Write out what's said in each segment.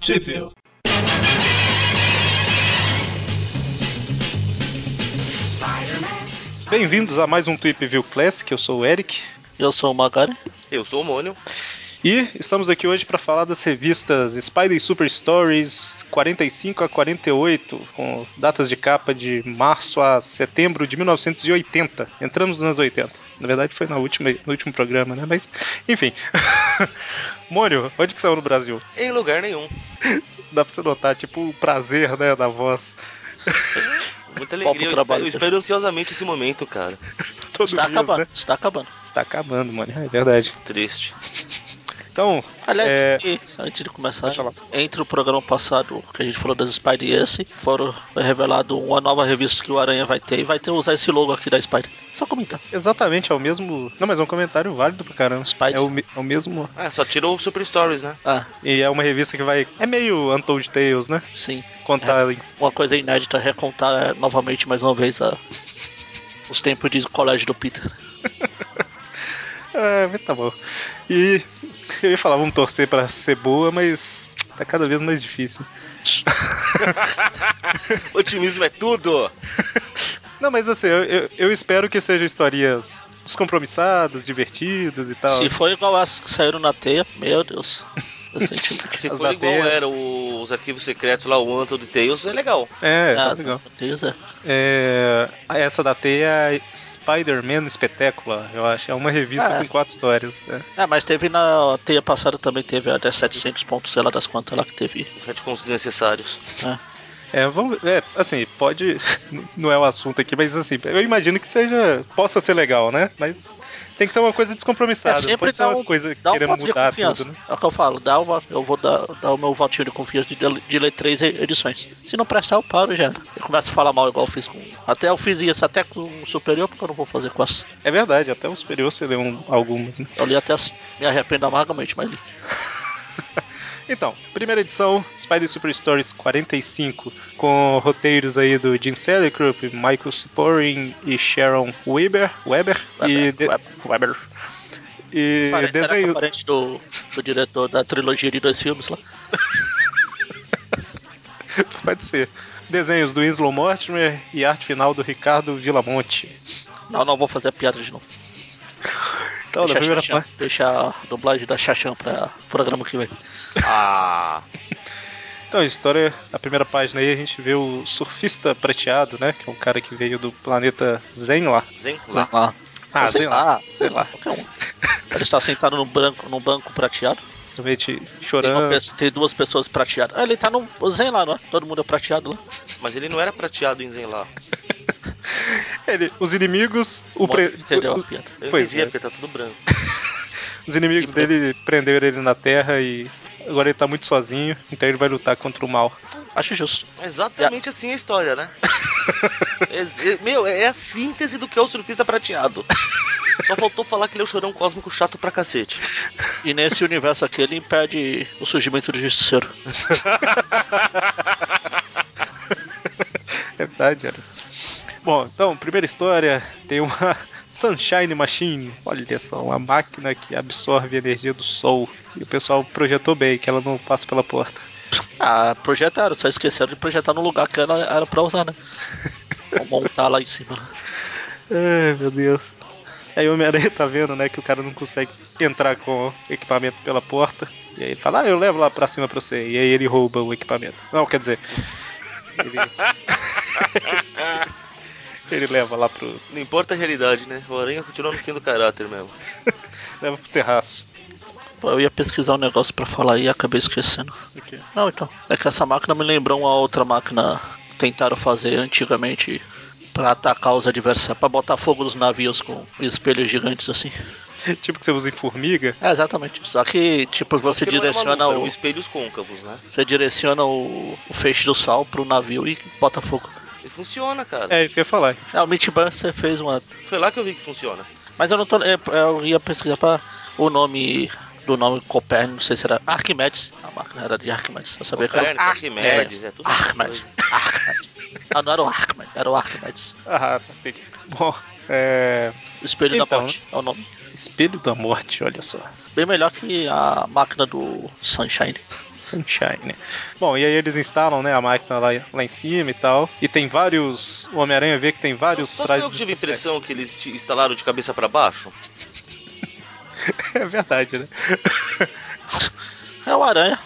Sheffield. Bem-vindos a mais um Tweep View Classic, eu sou o Eric. Eu sou o Magari. Eu sou o Mônio. E estamos aqui hoje para falar das revistas Spider Super Stories 45 a 48, com datas de capa de março a setembro de 1980. Entramos nos anos 80. Na verdade foi na última, no último programa, né? Mas, enfim. Mônio, onde que saiu no Brasil? Em lugar nenhum. Dá pra você notar, tipo, o prazer, né, da voz. Muita alegria. Eu espero, trabalho, eu espero ansiosamente esse momento, cara. Todo Está mês, acabando, né? está acabando. Está acabando, Mônio. É verdade. Triste. Então, Aliás, É. e, antes de começar, Pode falar. entre o programa passado que a gente falou das Spider e esse, foram foi revelado uma nova revista que o Aranha vai ter e vai ter usar esse logo aqui da Spider. Só comentar. exatamente, é o mesmo. Não, mas é um comentário válido pra caramba. Spider. É o, me- é o mesmo. Ah, só tirou o Super Stories, né? Ah, E é uma revista que vai. É meio Untold Tales, né? sim. Contar em- Uma coisa inédita é recontar novamente mais uma vez a- os tempos de colégio do Peter. É, mas tá bom. E eu ia falar, vamos torcer pra ser boa, mas tá cada vez mais difícil. Otimismo é tudo! Não, mas assim, eu, eu- eu espero que sejam histórias descompromissadas, divertidas e tal. Se for igual as que saíram na teia, meu Deus. Eu senti muito. Se As for da igual Terra. era o- os arquivos secretos lá, o Anto do Tails, é legal. É, tá Ah, legal. meu Deus, é. É, essa da teia é Spider-Man Espetácula, eu acho. É uma revista Ah, com essa. quatro histórias. né? Ah, mas teve na teia passada também, teve a de 700 pontos, sei lá das quantas lá que teve. Os retcons necessários. É, vamos ver. É, assim, pode. Não é o assunto aqui, mas assim, eu imagino que seja. possa ser legal, né? Mas tem que ser uma coisa descompromissada. É, não sempre pode ser dá uma um- coisa que Dá um queira voto de mudar confiança. tudo, né? É o que eu falo, dá uma, eu vou dar, dar o meu votinho de confiança de, dele- de ler três e- edições. Se não prestar, eu paro já. Eu começo a falar mal igual eu fiz com. Até eu fiz isso até com o superior, porque eu não vou fazer com as. É verdade, até o superior você leu um- algumas, né? Eu li até as. Me arrependo amargamente, mas li. Então, primeira edição, Spider Super Stories 45, com roteiros aí do Jim Selicrup, Michael Ciporin e Sharon Weber. Weber, é, e, de- Weber. Weber. e Parente, será que é desenho. parente do, do diretor da trilogia de dois filmes lá. Pode ser. Desenhos do Winslow Mortimer e arte final do Ricardo Villamonte. Não, não vou fazer a piada de novo. Então, na deixa, a primeira Xaxã- parte. deixa a dublagem da Xaxã pra programa que vem. Ah! Então, a história, na primeira página aí, a gente vê o surfista prateado, né? Que é um cara que veio do planeta Zen lá. Zen Sei lá. lá. Ah, sei Zen lá. lá, sei lá. Qualquer um. Ele está sentado num banco, num banco prateado. Realmente Tem, uma chorando. pessoa- tem duas pessoas prateadas. Ah, ele tá no Zen lá, não é? Todo mundo é prateado lá. Mas ele não era prateado em Zen lá. Ele- os inimigos. O Bom, pre- Entendeu os, a piada? Eu Pois dizia, é. porque tá tudo branco. os inimigos E pre- dele prenderam ele na terra e agora ele tá muito sozinho, então ele vai lutar contra o mal. Acho justo. Exatamente assim a história, né? Ex- e- Meu, é a síntese do que é o surfista prateado. Só faltou falar que ele é o chorão cósmico chato pra cacete. E nesse universo aqui ele impede o surgimento do justiceiro. É verdade, olha só. Bom, então, primeira história tem uma Sunshine Machine. Olha só, uma máquina que absorve energia do sol. E o pessoal projetou bem que ela não passa pela porta. Ah, projetaram, só esqueceram de projetar no lugar que era, era pra usar, né? Vão montar lá em cima. né? Ai, meu Deus. Aí o Homem-Aranha tá vendo, né, que o cara não consegue entrar com o equipamento pela porta. E aí ele fala, ah, eu levo lá pra cima pra você. E aí ele rouba o equipamento. Não, quer dizer... Ele, ele leva lá pro... Não importa a realidade, né? O Aranha continuou no fim do caráter mesmo. Leva pro terraço. Pô, eu ia pesquisar um negócio pra falar e acabei esquecendo. O quê? Não, então. É que essa máquina me lembrou uma outra máquina que tentaram fazer antigamente pra atacar os adversários, pra botar fogo nos navios com espelhos gigantes assim. Tipo que você usa em formiga. É, exatamente. Só que, tipo, você Porque não era direciona maluco, eram o. espelhos côncavos, né? Você direciona o, o feixe do sal pro navio e bota fogo. E funciona, cara. É isso que eu ia falar. Ah, o Mintban você fez uma. Foi lá que eu vi que funciona. Mas eu não tô. é, Eu ia pesquisar pra o nome do nome Copérnico, não sei se era Arquimedes. A máquina era de Arquimedes. Eu sabia que era. Copérnico, Arquimedes, é tudo Arquimedes. Arquimedes. Ah, não era o Arquimedes, era o Arquimedes. Ah, tá, entendi. Bom, é. O Espelho Então, da Morte é o nome. Espelho da Morte, olha só. Bem melhor que a máquina do Sunshine. Sunshine. né? Bom, e aí eles instalam, né, a máquina lá, lá em cima e tal. E tem vários. O Homem-Aranha vê que tem vários Só só trajes. eu que tive a especiais. impressão que eles te instalaram de cabeça pra baixo? É verdade, né? É o Aranha.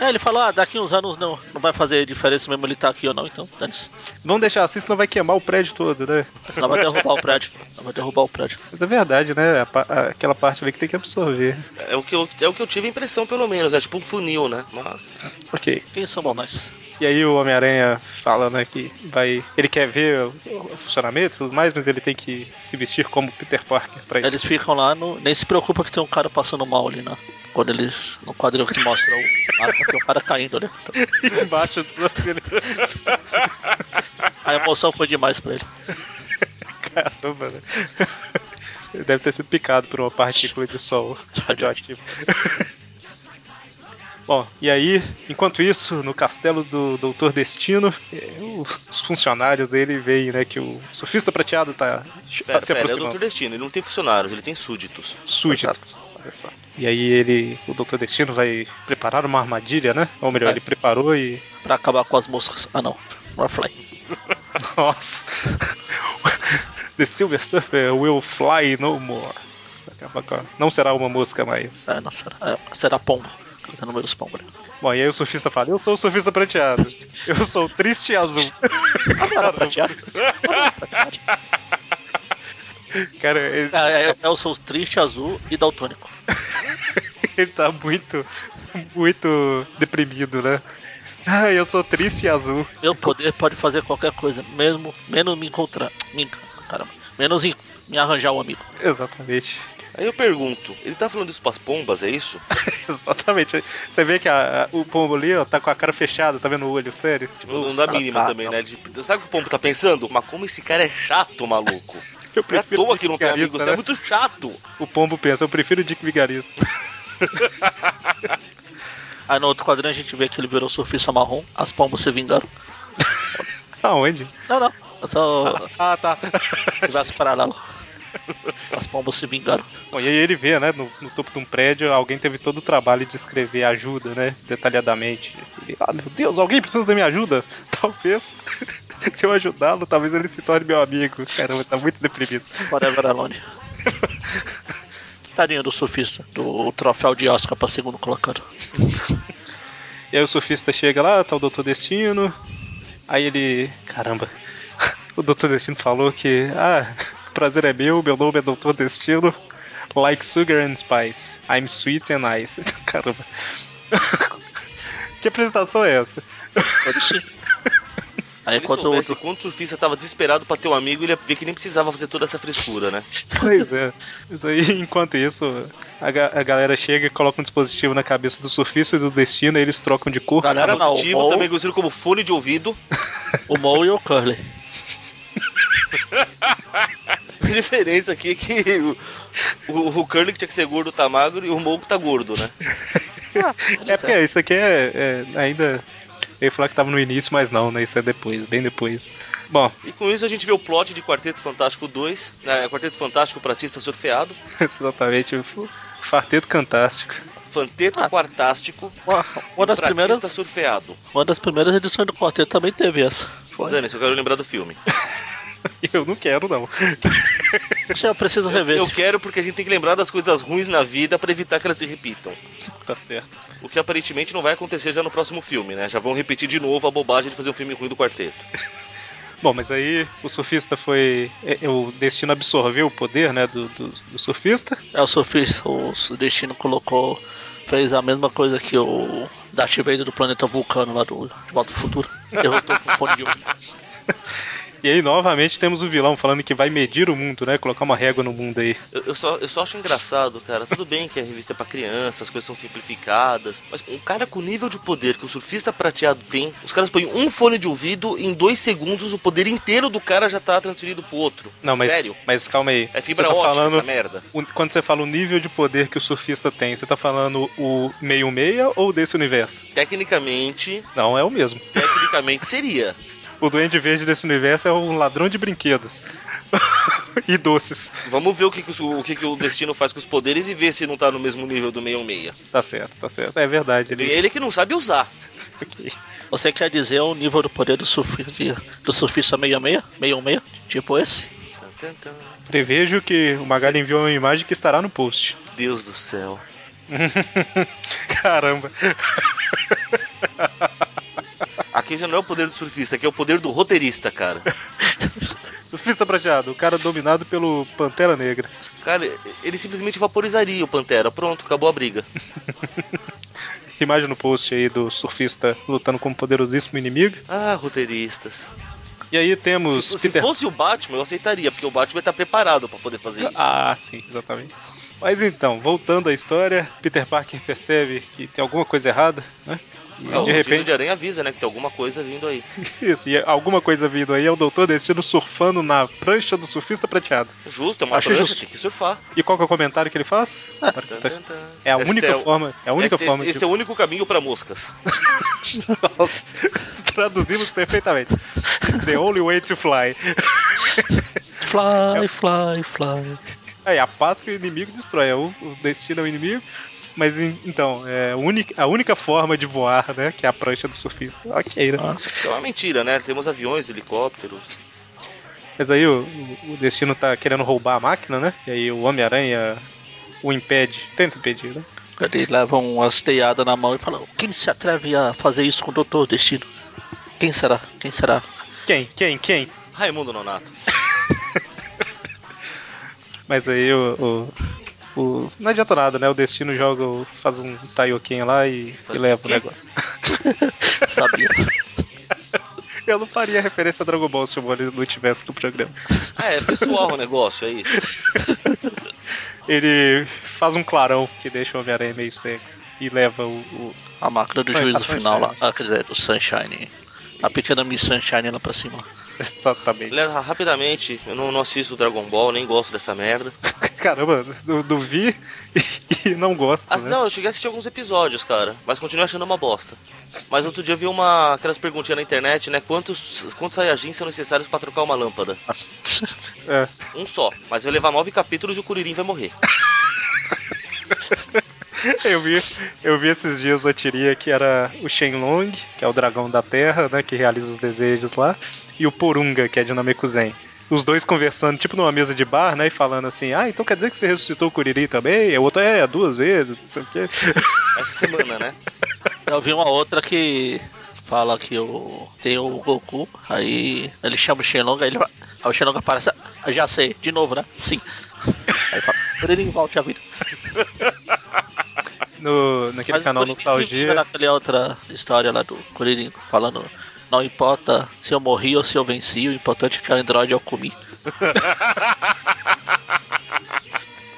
É, ele falou, ah, daqui uns anos não, não vai fazer diferença mesmo ele tá aqui ou não, então, dane-se. Vamos deixar assim, senão vai queimar o prédio todo, né? Senão vai derrubar o prédio. Senão vai derrubar o prédio. Mas é verdade, né? A pa- a- Aquela parte ali que tem que absorver. É o que eu, é o que eu tive a impressão, pelo menos. É tipo um funil, né? Mas. Ok. Quem somos nós? E aí o Homem-Aranha fala, né, que vai. Ele quer ver o o funcionamento e tudo mais, mas ele tem que se vestir como Peter Parker pra isso. Eles ficam lá, no, nem se preocupa que tem um cara passando mal ali, né? Quando eles. No quadril que mostra o. Ah, tem um cara caindo ali. Então, embaixo do dele. a emoção foi demais pra ele. Caramba, né? Ele deve ter sido picado por uma partícula de sol radioativo. Bom, e aí, enquanto isso, no castelo do Doutor Destino, eh, os funcionários dele veem, né, que o surfista prateado tá Pera, se pera, é o aproximando. Doutor tá, Destino. Ele não tem funcionários, ele tem súditos. súditos. Olha só. E aí ele, o Doutor Destino vai preparar uma armadilha, né? Ou melhor, É. ele preparou e. Pra acabar com as moscas. Ah, não. Não é Fly. Nossa! The Silver Surfer will fly no more. Acaba com a- Não será uma mosca mais. Ah, não, será, é, será pombo. Ele tá no meio dos pombos. né? Bom, e aí o surfista fala: Eu sou o surfista prateado. Eu sou o triste azul. Ah, não era prateado? Ah, não era prateado. Cara, ele, É, é, é o seu triste, azul e daltônico. ele tá muito, muito deprimido, né? Ah, eu sou triste e azul. Meu poder pode fazer qualquer coisa, mesmo menos me encontrar. Me, enc- caramba. Menos em- me arranjar um amigo. Exatamente. Aí eu pergunto, ele tá falando isso pras pombas, é isso? Exatamente. Você vê que a- a- o pombo ali, ó, tá com a cara fechada, tá vendo o olho, sério? Tipo, Não, não "Nossa, dá mínima tá, também, tá, né? De- sabe o que o pombo tá pensando? Mas como esse cara é chato, maluco. Eu Não é à prefiro toa que não tem amigo, vigarista, você né? é muito chato. O pombo pensa, eu prefiro o Dick Vigarista. Aí no outro quadrinho a gente vê que ele virou surfista marrom, as palmas se vingaram. Aonde? Não, não. É só Ah, tá. universo paralelo. As pombas se vingaram. Bom, e aí ele vê, né, no, no topo de um prédio, alguém teve todo o trabalho de escrever ajuda, né, detalhadamente. Ele, ah, meu Deus, alguém precisa da minha ajuda? Talvez, se eu ajudá-lo, talvez ele se torne meu amigo. Caramba, tá muito deprimido. Forever Alone. Tadinho do surfista, do troféu de Oscar pra segundo colocado. E aí o surfista chega lá, tá o Doutor Destino. Aí ele. Caramba! O Doutor Destino falou que. Ah, o prazer é meu, meu nome é Doutor Destino. Like sugar and spice. I'm sweet and nice. Caramba! Que apresentação é essa? Pode sim. Aí Se ele enquanto o soubesse outro. quanto o surfista tava desesperado pra ter um amigo, ele ia ver que nem precisava fazer toda essa frescura, né? Pois é. Isso aí, enquanto isso, a, ga- a galera chega e coloca um dispositivo na cabeça do surfista e do destino e eles trocam de cor. Galera, não, o Positivo, Mo, também conhecido como fone de ouvido. o Mo e o Curly. A diferença aqui é que o, o, o Curly que tinha que ser gordo tá magro e o Mogo tá gordo, né? É porque isso aqui é, é ainda. Eu ia falar que tava no início, mas não, né? Isso é depois, bem depois. Bom, E com isso a gente vê o plot de Quarteto Fantástico 2, né? Quarteto Fantástico Pratista Surfeado, exatamente. o Farteto Cantástico. Fanteto Ah. Quartástico Uma, uma das um Pratista primeiras. Surfeado. Uma das primeiras edições do quarteto também teve essa. Dani, eu quero lembrar do filme. Eu não quero, não. Você precisa rever Eu esse quero porque a gente tem que lembrar das coisas ruins na vida pra evitar que elas se repitam. Tá certo. O que aparentemente não vai acontecer já no próximo filme, né? Já vão repetir de novo a bobagem de fazer um filme ruim do quarteto. Bom, mas aí o surfista foi. é, é, O destino absorveu o poder, né? Do, do, do surfista. É o surfista, o destino colocou. Fez a mesma coisa que o Darth Vader do planeta Vulcano lá do de Volta ao Futuro. Derrotou com um fone de ouvido. E aí, novamente, temos o vilão falando que vai medir o mundo, né? Colocar uma régua no mundo aí. Eu, eu só, eu só acho engraçado, cara. Tudo bem que a revista é pra criança, as coisas são simplificadas. Mas um cara com o nível de poder que o surfista prateado tem, os caras põem um fone de ouvido e em dois segundos o poder inteiro do cara já tá transferido pro outro. Não, mas, Sério? mas calma aí. É fibra Você tá ótica falando, essa merda. o- Quando você fala o nível de poder que o surfista tem, você tá falando o meio-meia ou desse universo? Tecnicamente, Não, é o mesmo. tecnicamente seria. O Duende Verde desse universo é um ladrão de brinquedos. e doces. Vamos ver o que, que o, o que, que o destino faz com os poderes e ver se não tá no mesmo nível do 616. Tá certo, tá certo. É verdade. E ele que não sabe usar. Você quer dizer o nível do poder do surfista, do surfista 66? 66? Tipo esse? Prevejo que o Magali enviou uma imagem que estará no post. Deus do céu. Caramba. Aqui já não é o poder do surfista, aqui é o poder do roteirista, cara. Surfista prateado, o cara dominado pelo Pantera Negra. Cara, ele simplesmente vaporizaria o Pantera. Pronto, acabou a briga. Imagem no post aí do surfista lutando com um poderosíssimo inimigo. Ah, roteiristas. E aí temos. Se, se Peter- fosse o Batman, eu aceitaria, porque o Batman tá preparado pra poder fazer isso. Ah, sim, exatamente. Mas então, voltando à história, Peter Parker percebe que tem alguma coisa errada, né? E Ah, o de Sentido repente, de Aranha avisa, né, que tem alguma coisa vindo aí. isso, e alguma coisa vindo aí é o Doutor Destino surfando na prancha do surfista prateado. Justo, é uma Acho prancha, justo. tem que surfar. E qual que é o comentário que ele faz? Ah, É a Esta única tá é o- forma, é a única esse, forma esse, é esse é o único caminho pra moscas. de... Traduzimos perfeitamente. The only way to fly. Fly, fly, fly. É, a paz que o inimigo destrói, é o, o destino é o inimigo. Mas em- então, é a única, a única forma de voar, né? Que é a prancha do surfista. Ok, né? Ah, É uma mentira, né? Temos aviões, helicópteros. Mas aí o, o Destino tá querendo roubar a máquina, né? E aí o Homem-Aranha o impede, tenta impedir, né? ele leva uma esteiada na mão e fala: Quem se atreve a fazer isso com o Doutor Destino? Quem será? Quem será? Quem? Quem? Quem? Raimundo Nonato. Mas aí o. o- o- não adianta nada, né? O Destino joga, o- faz um taioquinho lá e, e leva o negócio. Sabia. Eu não faria referência a Dragon Ball se o Mori não tivesse no programa. Ah, é pessoal o negócio, é isso. Ele faz um clarão que deixa o Homem-Aranha meio seco e leva o. o- A máquina do Sun- juízo a final lá. Sunshine. Ah, quer dizer, do Sunshine. A pequena Miss Sunshine lá pra cima. Exatamente. Aliás, rapidamente, eu não, não assisto Dragon Ball, nem gosto dessa merda. Caramba, não, não vi e, e não gosto. Ah, né? não, eu cheguei a assistir alguns episódios, cara, mas continuo achando uma bosta. Mas outro dia eu vi uma aquelas perguntinhas na internet, né? Quantos quantos saiyajins são necessários pra trocar uma lâmpada? Nossa. É. Um só, mas vai levar nove capítulos e o Kuririn vai morrer. Eu vi, eu vi esses dias a tiria que era o Shenlong, que é o dragão da terra, né, que realiza os desejos lá, e o Porunga, que é de Namekuzen. Os dois conversando, tipo numa mesa de bar, né, e falando assim: "Ah, então quer dizer que você ressuscitou o Kuririn também?" E o outro: "É, duas vezes, não sei o quê". Essa semana, né? Eu vi uma outra que fala que o, tem o Goku, aí ele chama o Shenlong, aí, ele, vai- aí o Shenlong aparece, "Ah, já sei, de novo, né? Sim. Aí fala, Kuririn, volte à vida. No naquele Mas o canal Kuririn se liga Nostalgia. Naquela outra história lá do Kuririn falando, não importa se eu morri ou se eu venci, o importante é que o Android eu comi.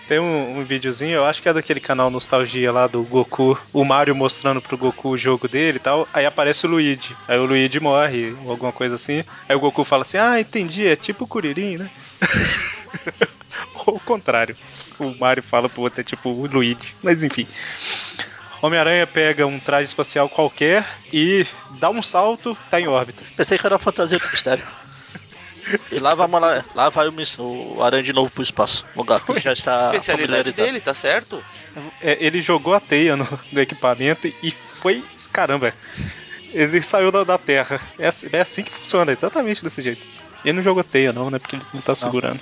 Tem um, um videozinho, eu acho que é daquele canal Nostalgia lá do Goku, o Mario mostrando pro Goku o jogo dele e tal, aí aparece o Luigi. Aí o Luigi morre, ou alguma coisa assim. Aí o Goku fala assim: Ah, entendi, é tipo o Kuririn, né? ou o contrário. O Mario fala pro outro, é tipo o Luigi. Mas enfim. Homem-Aranha pega um traje espacial qualquer e dá um salto, tá em órbita. Pensei que era uma fantasia do mistério. E lá vai, lá, lá vai o, miss- o Aranha de novo pro espaço. Lugar que já Ah, está Especialidade familiarizado. dele, tá certo? É, ele jogou a teia no, no equipamento e foi. Caramba! Ele saiu da, da terra. É, assim- é assim que funciona, exatamente desse jeito. Ele não jogou teia, não, né? Porque ele não tá segurando.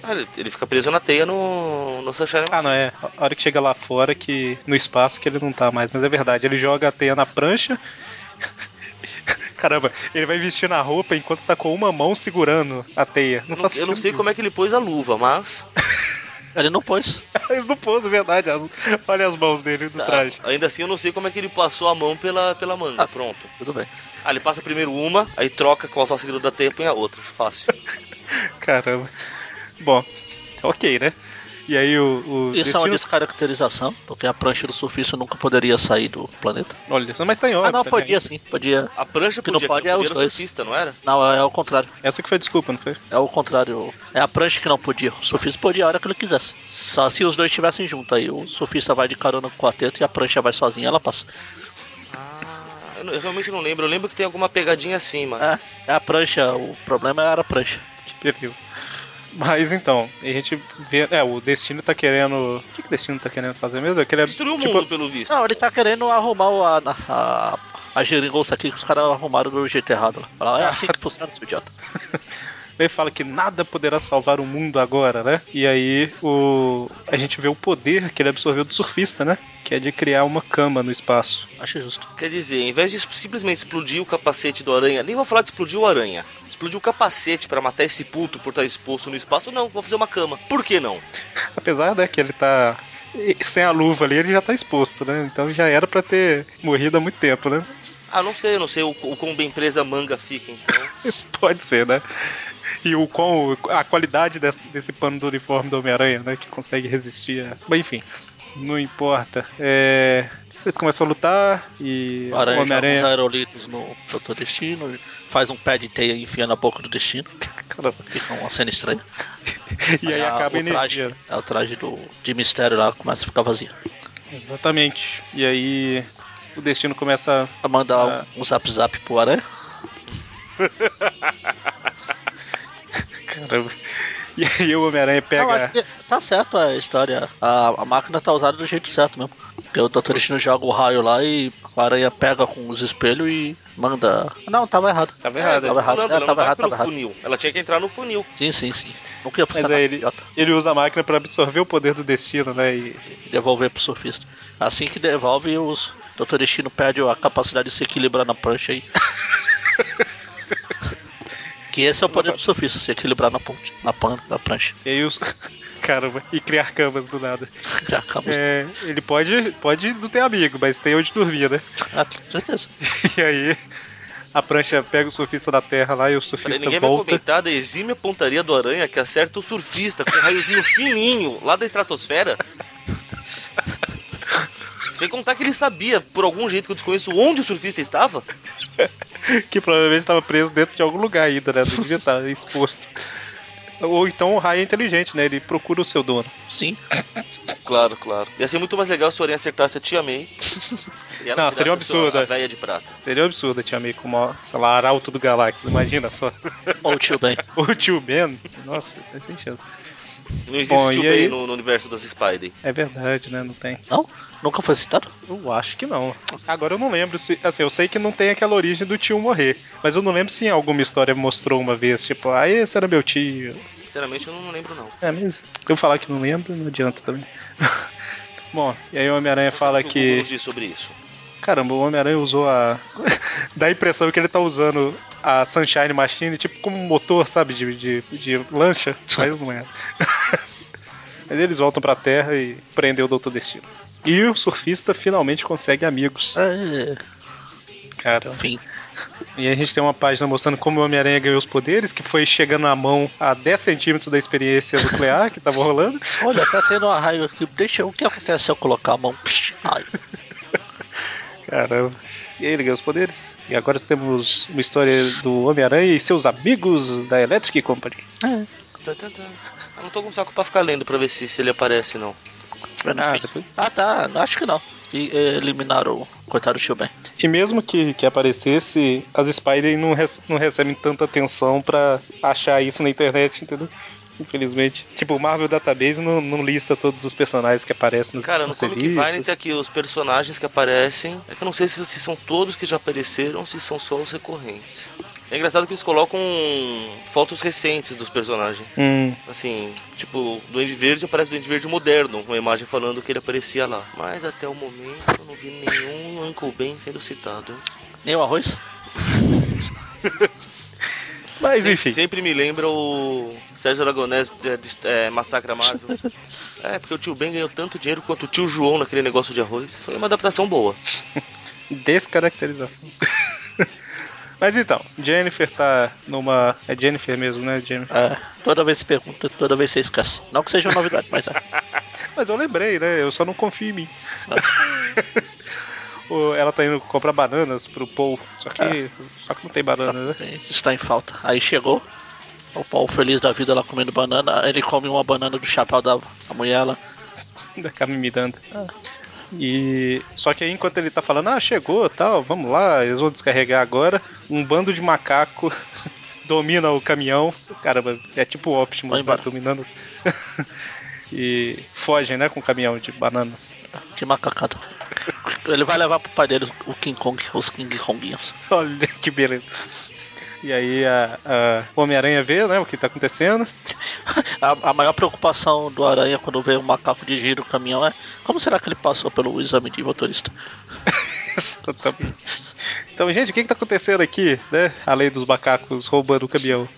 Ah, ele- ele fica preso na teia no, no Sunshine. Ah, não, é. A hora que chega lá fora, que no espaço, que ele não tá mais. Mas é verdade, ele joga a teia na prancha. Caramba, ele vai vestindo a roupa enquanto tá com uma mão segurando a teia. Não, Eu não- faz eu não sei sentido. como é que ele pôs a luva, mas. Ele não pôs. Ele não pôs, é verdade. as- Olha as mãos dele do tá, Um traje. Ainda assim, eu não sei como é que ele passou a mão pela, pela manga. Ah. Pronto. Tudo bem. Ah, ele passa primeiro uma, aí troca com a alta segura da teia e põe a outra. Fácil. Caramba. Bom, ok, né? E aí o. o Isso é uma Destino- descaracterização, porque a prancha do surfista nunca poderia sair do planeta. Olha só, mas tá em órbita. ah, não, né? podia sim, podia. A prancha Que podia, não pode é podia os era dois. surfista, não era? Não, é, é o contrário. Essa que foi a desculpa, não foi? É o contrário. É a prancha que não podia. O surfista podia a hora que ele quisesse. Só se os dois estivessem juntos. Aí o surfista vai de carona com o quarteto e a prancha vai sozinha, ela passa. Ah, eu, não- eu realmente não lembro. Eu lembro que tem alguma pegadinha assim, mano. É, é a prancha, o problema era a prancha. Que beleza. Mas então, a gente vê. É, o Destino tá querendo. O que, que o Destino tá querendo fazer mesmo? É que ele é, Destruiu o tipo, mundo, pelo visto. Não, ele tá querendo arrumar o- a, a, a geringonça aqui que os caras arrumaram do jeito errado. lá. Fala, é assim que funciona, seu idiota. Ele fala que nada poderá salvar o mundo agora, né? E aí o a gente vê o poder que ele absorveu do surfista, né? Que é de criar uma cama no espaço. Acho justo. Quer dizer, em vez de simplesmente explodir o capacete do aranha, nem vou falar de explodir o aranha. Explodir o capacete pra matar esse puto por estar exposto no espaço, não, vou fazer uma cama. Por que não? Apesar, né, que ele tá sem a luva ali, ele já tá exposto, né? Então já era pra ter morrido há muito tempo, né? Mas Ah, não sei, eu não sei o, o quão bem presa a manga fica, então. pode ser, né? E o qual a qualidade desse, desse pano do uniforme do Homem-Aranha, né? Que consegue resistir. A... Mas enfim, não importa. É, Eles começam a lutar e O aranha o joga uns Homem-Aranha. aerolitos no Doutor Destino, faz um pé de teia e enfia na boca do Destino. Caramba. Fica uma cena estranha. E aí a- acaba a o traje, energia. é, o traje do, de mistério lá começa a ficar vazio. Exatamente. E aí o destino começa. Manda Ah. um, um zap zap pro aranha. a- Caramba. E aí o Homem-Aranha Não, pega. acho que tá certo a história. A, a máquina tá usada do jeito certo mesmo. Porque o Dr. Destino joga o raio lá e a aranha pega com os espelhos e manda. Não, tava errado. Tava errado, tava ela errado. não É, vai tava errado, pelo tava errado. funil. Ela tinha que entrar no funil. Sim, sim, sim. Não queria Mas funcionar, aí ele, idiota. ele usa a máquina pra absorver o poder do destino, né? E Devolver pro surfista. Assim que devolve, os Dr. Destino perde a capacidade de se equilibrar na prancha aí. que esse é o poder do surfista, se equilibrar na ponte, na, pan, na prancha. e aí os. Caramba, e criar camas do nada. Já acaba isso. É, ele pode, pode não ter amigo, mas tem onde dormir, né? Ah, com certeza. E aí a prancha pega o surfista da terra lá e o Falei, surfista ninguém vai volta. comentar da exímia pontaria do aranha que acerta o surfista com um raiozinho fininho lá da estratosfera. Sem contar que ele sabia, por algum jeito que eu desconheço, onde o surfista estava. que provavelmente estava preso dentro de algum lugar ainda, né? Devia estar exposto. Ou então o raio é inteligente, né? Ele procura o seu dono. Sim. Claro, claro. Ia ser muito mais legal se o aranha acertasse a Tia May. E Não, seria um virasse a sua- absurdo, A é. véia de prata. Seria um absurdo te amei como, ó, sei lá, arauto do Galáxia, imagina só. Ou o tio bem. o tio Ben, nossa, isso é sem chance. Não existe Bom, Tio e aí? May no, no universo das Spidey. É verdade, né? Não tem. Não? Nunca foi citado? Eu acho que não. Agora eu não lembro se. Assim, eu sei que não tem aquela origem do tio morrer. Mas eu não lembro se em alguma história mostrou uma vez, tipo, ah, esse era meu tio. Sinceramente, eu não lembro, não. É mesmo? Eu falar que não lembro, não adianta também. Bom, e aí o Homem-Aranha fala O Google que. nos diz sobre isso. Caramba, o Homem-Aranha usou a. Dá a impressão que ele tá usando a Sunshine Machine, tipo como um motor, sabe, de, de, de lancha, mas não é. mas eles voltam pra Terra e prendem o Doutor Destino. E o surfista finalmente consegue amigos. É, Cara. enfim. E aí a gente tem uma página mostrando como o Homem-Aranha ganhou os poderes, que foi chegando na mão a 10 centímetros da experiência nuclear que tava rolando. Olha, tá tendo uma raiva aqui. Deixa o que acontece se eu colocar a mão. Psh, Ai, Caramba. E aí ele ganhou os poderes. E agora temos uma história do Homem-Aranha e seus amigos da Electric Company. Tá, tá, tá. Eu não tô com saco pra ficar lendo pra ver se, se ele aparece, não. pra não ficar- Ah, tá. Acho que não. E eh, eliminaram o coitado do tio Ben. E mesmo que, que aparecesse, as Spider não, rece- não recebem tanta atenção pra achar isso na internet, entendeu? Infelizmente. Tipo, o Marvel Database não, não lista todos os personagens que aparecem nas, Cara, no nas Comic Vine tem revistas. aqui os personagens que aparecem. É que eu não sei se, se são todos que já apareceram, se são só os recorrentes. É engraçado que eles colocam fotos recentes dos personagens. Hum, Assim, tipo, Duende Verde aparece Duende Verde moderno, uma imagem falando que ele aparecia lá. Mas até o momento eu não vi nenhum Uncle Ben sendo citado. hein? Nem o arroz? mas Sempre- enfim. Sempre me lembra o Sérgio Aragonés de, de- é, Massacra Marvel. é, porque o tio Ben ganhou tanto dinheiro quanto o tio João naquele negócio de arroz. Foi uma adaptação boa. Descaracterização. Mas então, Jennifer tá numa. É Jennifer mesmo, né? Jennifer. É, toda vez se pergunta, toda vez você esquece. Não que seja uma novidade, mas é. Mas eu lembrei, né? Eu só não confio em mim. Tá O- Ela tá indo comprar bananas pro Paul. Só que, É. só que não tem banana, né? Só tem- Está em falta. Aí chegou. O Paulo feliz da vida lá comendo banana. Ele come uma banana do chapéu da da mulher lá. da Carmen Miranda. Ah. E só que aí enquanto ele tá falando, ah, chegou, tal, vamos lá, eles vão descarregar agora, um bando de macaco domina o caminhão. Caramba, é tipo o Optimus Vai embora. lá, dominando. e fogem, né, com o caminhão de bananas. Que macacada. Ele vai levar pro pai dele o King Kong, os King Konguinhos. Olha que beleza. E aí a, a Homem-Aranha vê, né, o que tá acontecendo. A, a maior preocupação do Aranha quando vê um macaco de giro no caminhão é como será que ele passou pelo exame de motorista? Exatamente. Então, gente, o que que tá acontecendo aqui, né? A lei dos macacos roubando o caminhão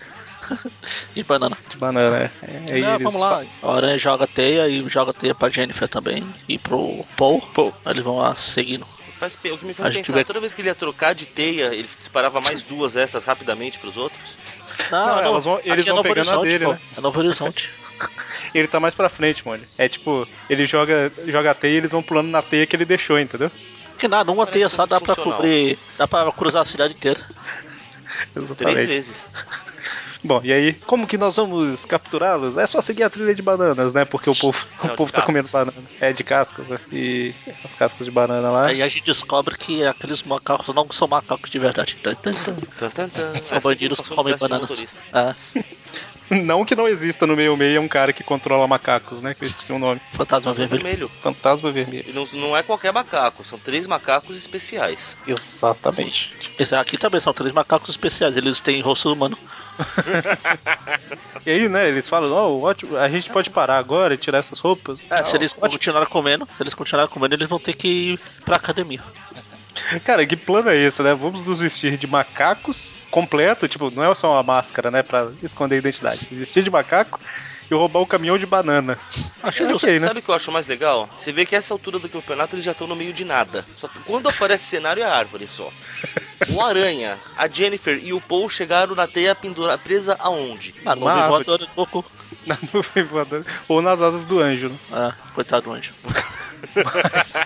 E banana. de banana. É, aí Não, eles vamos lá. falam- A aranha joga teia e joga teia pra Jennifer também. E pro Paul. Paul. Aí Eles vão lá seguindo. Faz pe- o que me faz Acho que pensar, vai- toda vez que ele ia trocar de teia, ele disparava mais duas essas rapidamente pros outros? Não, Não, é elas vão- Novo- eles aqui é vão Novo pegando a Horizonte, dele, pô. né? É Novo Horizonte. Ele tá mais pra frente, mano. É tipo, ele joga, joga a teia e eles vão pulando na teia que ele deixou, entendeu? que nada, uma Parece teia só muito dá pra funcional. cobrir. Dá pra cruzar a cidade inteira. Três Exatamente. vezes. Bom, e aí, como que nós vamos capturá-los? É só seguir a trilha de bananas, né? Porque o povo, Não, de o povo tá cascas. comendo banana. É de cascas, né? E as cascas de banana lá. Aí a gente descobre que aqueles macacos não são macacos de verdade. Tan, tan, tan. Tan, tan, tan. São Assim bandidos passou que no comem teste de bananas. motorista. É, Não que não exista no meio meio um cara que controla macacos, né? Que eu esqueci o nome. fantasma vermelho. é Vermelho. Fantasma Vermelho. E não, não é qualquer macaco, são três macacos especiais. Exatamente. Esse aqui também são três macacos especiais. Eles têm rosto humano. E aí, né, eles falam, ó, ótimo, a gente pode parar agora e tirar essas roupas. É, se Não, eles ótimo. continuarem comendo, se eles continuarem comendo, eles vão ter que ir pra academia. Cara, que plano é esse, né? Vamos nos vestir de macacos completo, tipo, não é só uma máscara, né, pra esconder a identidade. Vestir de macaco e roubar o caminhão de banana. Acho Eu justo. sei, né? Sabe o que eu acho mais legal? Você vê que essa altura do campeonato eles já estão no meio de nada. Só t- quando aparece cenário é árvore só. O Aranha, a Jennifer e o Paul chegaram na teia pendura, presa aonde? Na Uma nuvem árvore. voadora do Goku. Na nuvem voadora. Ou nas asas do anjo, né? É, coitado do anjo. Mas-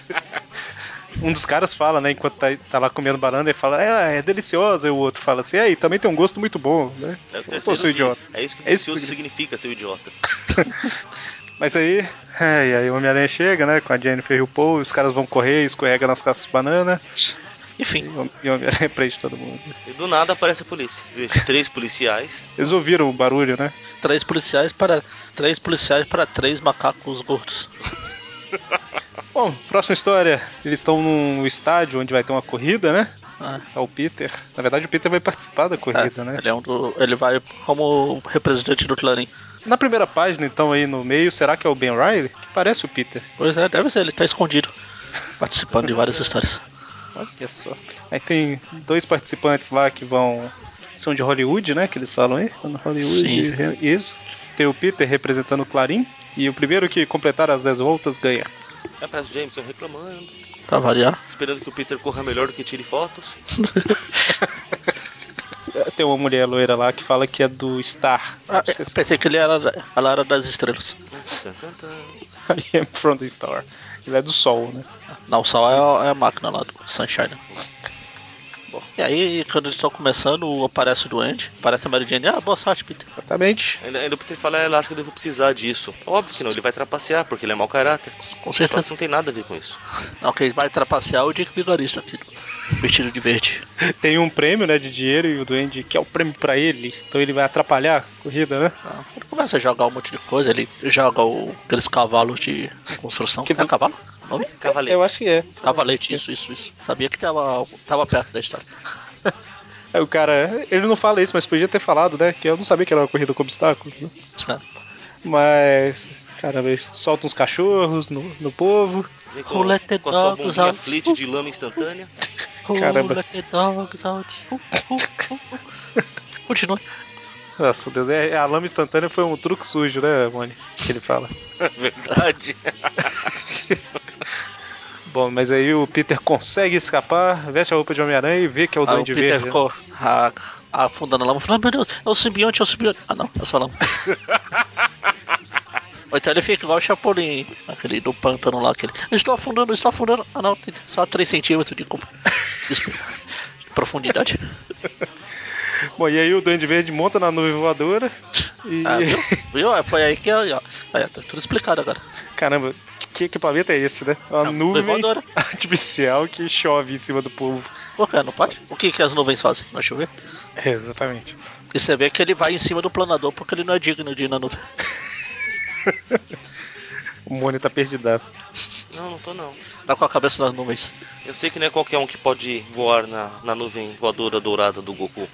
Um dos caras fala, né, enquanto tá, tá lá comendo banana, ele fala, é, é deliciosa, e o outro fala assim, é, e também tem um gosto muito bom, né? É o Pô, terceiro seu diz. idiota. É isso que É isso que delicioso significa, seu idiota. Mas aí, ai, aí o Homem-Aranha chega, né, com a Jennifer e o Paul, e os caras vão correr, escorrega nas cascas de banana, e Enfim, o e o Homem-Aranha prende todo mundo. E do nada aparece a polícia. Veja, Três policiais. Eles ouviram o barulho, né? três policiais para três policiais para três macacos gordos. Bom, próxima história. Eles estão num estádio onde vai ter uma corrida, né? Ah, Tá o Peter. Na verdade, o Peter vai participar da corrida, é, né? Ele é um do, ele vai como representante do Clarim. Na primeira página, então, aí no meio, será que é o Ben Riley? Que parece o Peter. Pois é, deve ser, ele tá escondido. Participando de várias histórias. Olha só. Aí tem dois participantes lá que vão. que são de Hollywood, né? Que eles falam aí. Hollywood, Sim. re- isso. Tem o Peter representando o Clarim. E o primeiro que completar as 10 voltas ganha. Rapaz É Jameson reclamando. Pra variar. Esperando que o Peter corra melhor do que tire fotos. Tem uma mulher loira lá que fala que é do Star. é Ah, eu pensei que ele era, ela era das estrelas. Tan, tan, tan. assim. I am from the Star. Ele é do Sol, né? Não, o sol é a, é a máquina lá do Sunshine. Bom, E aí, quando eles estão começando, aparece o doente, aparece a Mary Jane, ah, boa sorte, Peter. Exatamente. Ainda, ainda o Peter fala, "É, ela acha que eu devo precisar disso. Óbvio que não, ele vai trapacear, porque ele é mau caráter. Com Só que certeza. não tem nada a ver com isso. Não, quem vai trapacear é o Dick Vigorista aqui, vestido de verde. Tem um prêmio, né, de dinheiro e o Duende quer o prêmio pra ele. Então ele vai atrapalhar a corrida, né? Ah, Ele começa a jogar um monte de coisa, ele joga o- aqueles cavalos de construção. Que Que é do- cavalo? O Nome? Cavaleiro. Eu acho que é. Cavalete, isso, isso, isso. Sabia que tava, tava perto da história. Aí o cara, ele não fala isso, mas podia ter falado, né? Que eu não sabia que era uma corrida com obstáculos, né? Mas, caramba, ele solta uns cachorros no, no povo. Vem com, Rolete com a sua dogs bombinha out. flit de lama instantânea. Caramba. Who let the dogs out? Uh, uh, uh. Continua. Nossa, Deus, é- a lama instantânea foi um truque sujo, né, Mone? Que ele fala. Verdade. Bom, mas aí o Peter consegue escapar, veste a roupa de Homem-Aranha e vê que é o Aí Ah, o Duende Peter Verde. né? ficou ah, afundando a lama. Falando, meu Deus, é o simbionte, é o simbionte. Ah, não, é só lama. Ou então ele fica igual o Chapolin, aquele do pântano lá, aquele. "Eu Estou afundando, eu estou afundando. Ah, não, tem só 3 centímetros de, com- de profundidade. Bom, e aí o Duende Verde monta na nuvem voadora e... É, Ah, viu? viu? Foi aí que. Ó, aí, ó, tá tudo explicado agora. Caramba, que que equipamento é esse, né? Uma Não, nuvem Ah, foi voadora. artificial que chove em cima do povo. Por que não pode? O que, que as nuvens fazem? Não chover? É, exatamente. E você vê que ele vai em cima do planador porque ele não é digno de ir na nuvem. O Mônio tá perdidaço. Não, não tô não. Tá com a cabeça nas nuvens. Eu sei que não é qualquer um que pode voar na, na nuvem voadora dourada do Goku.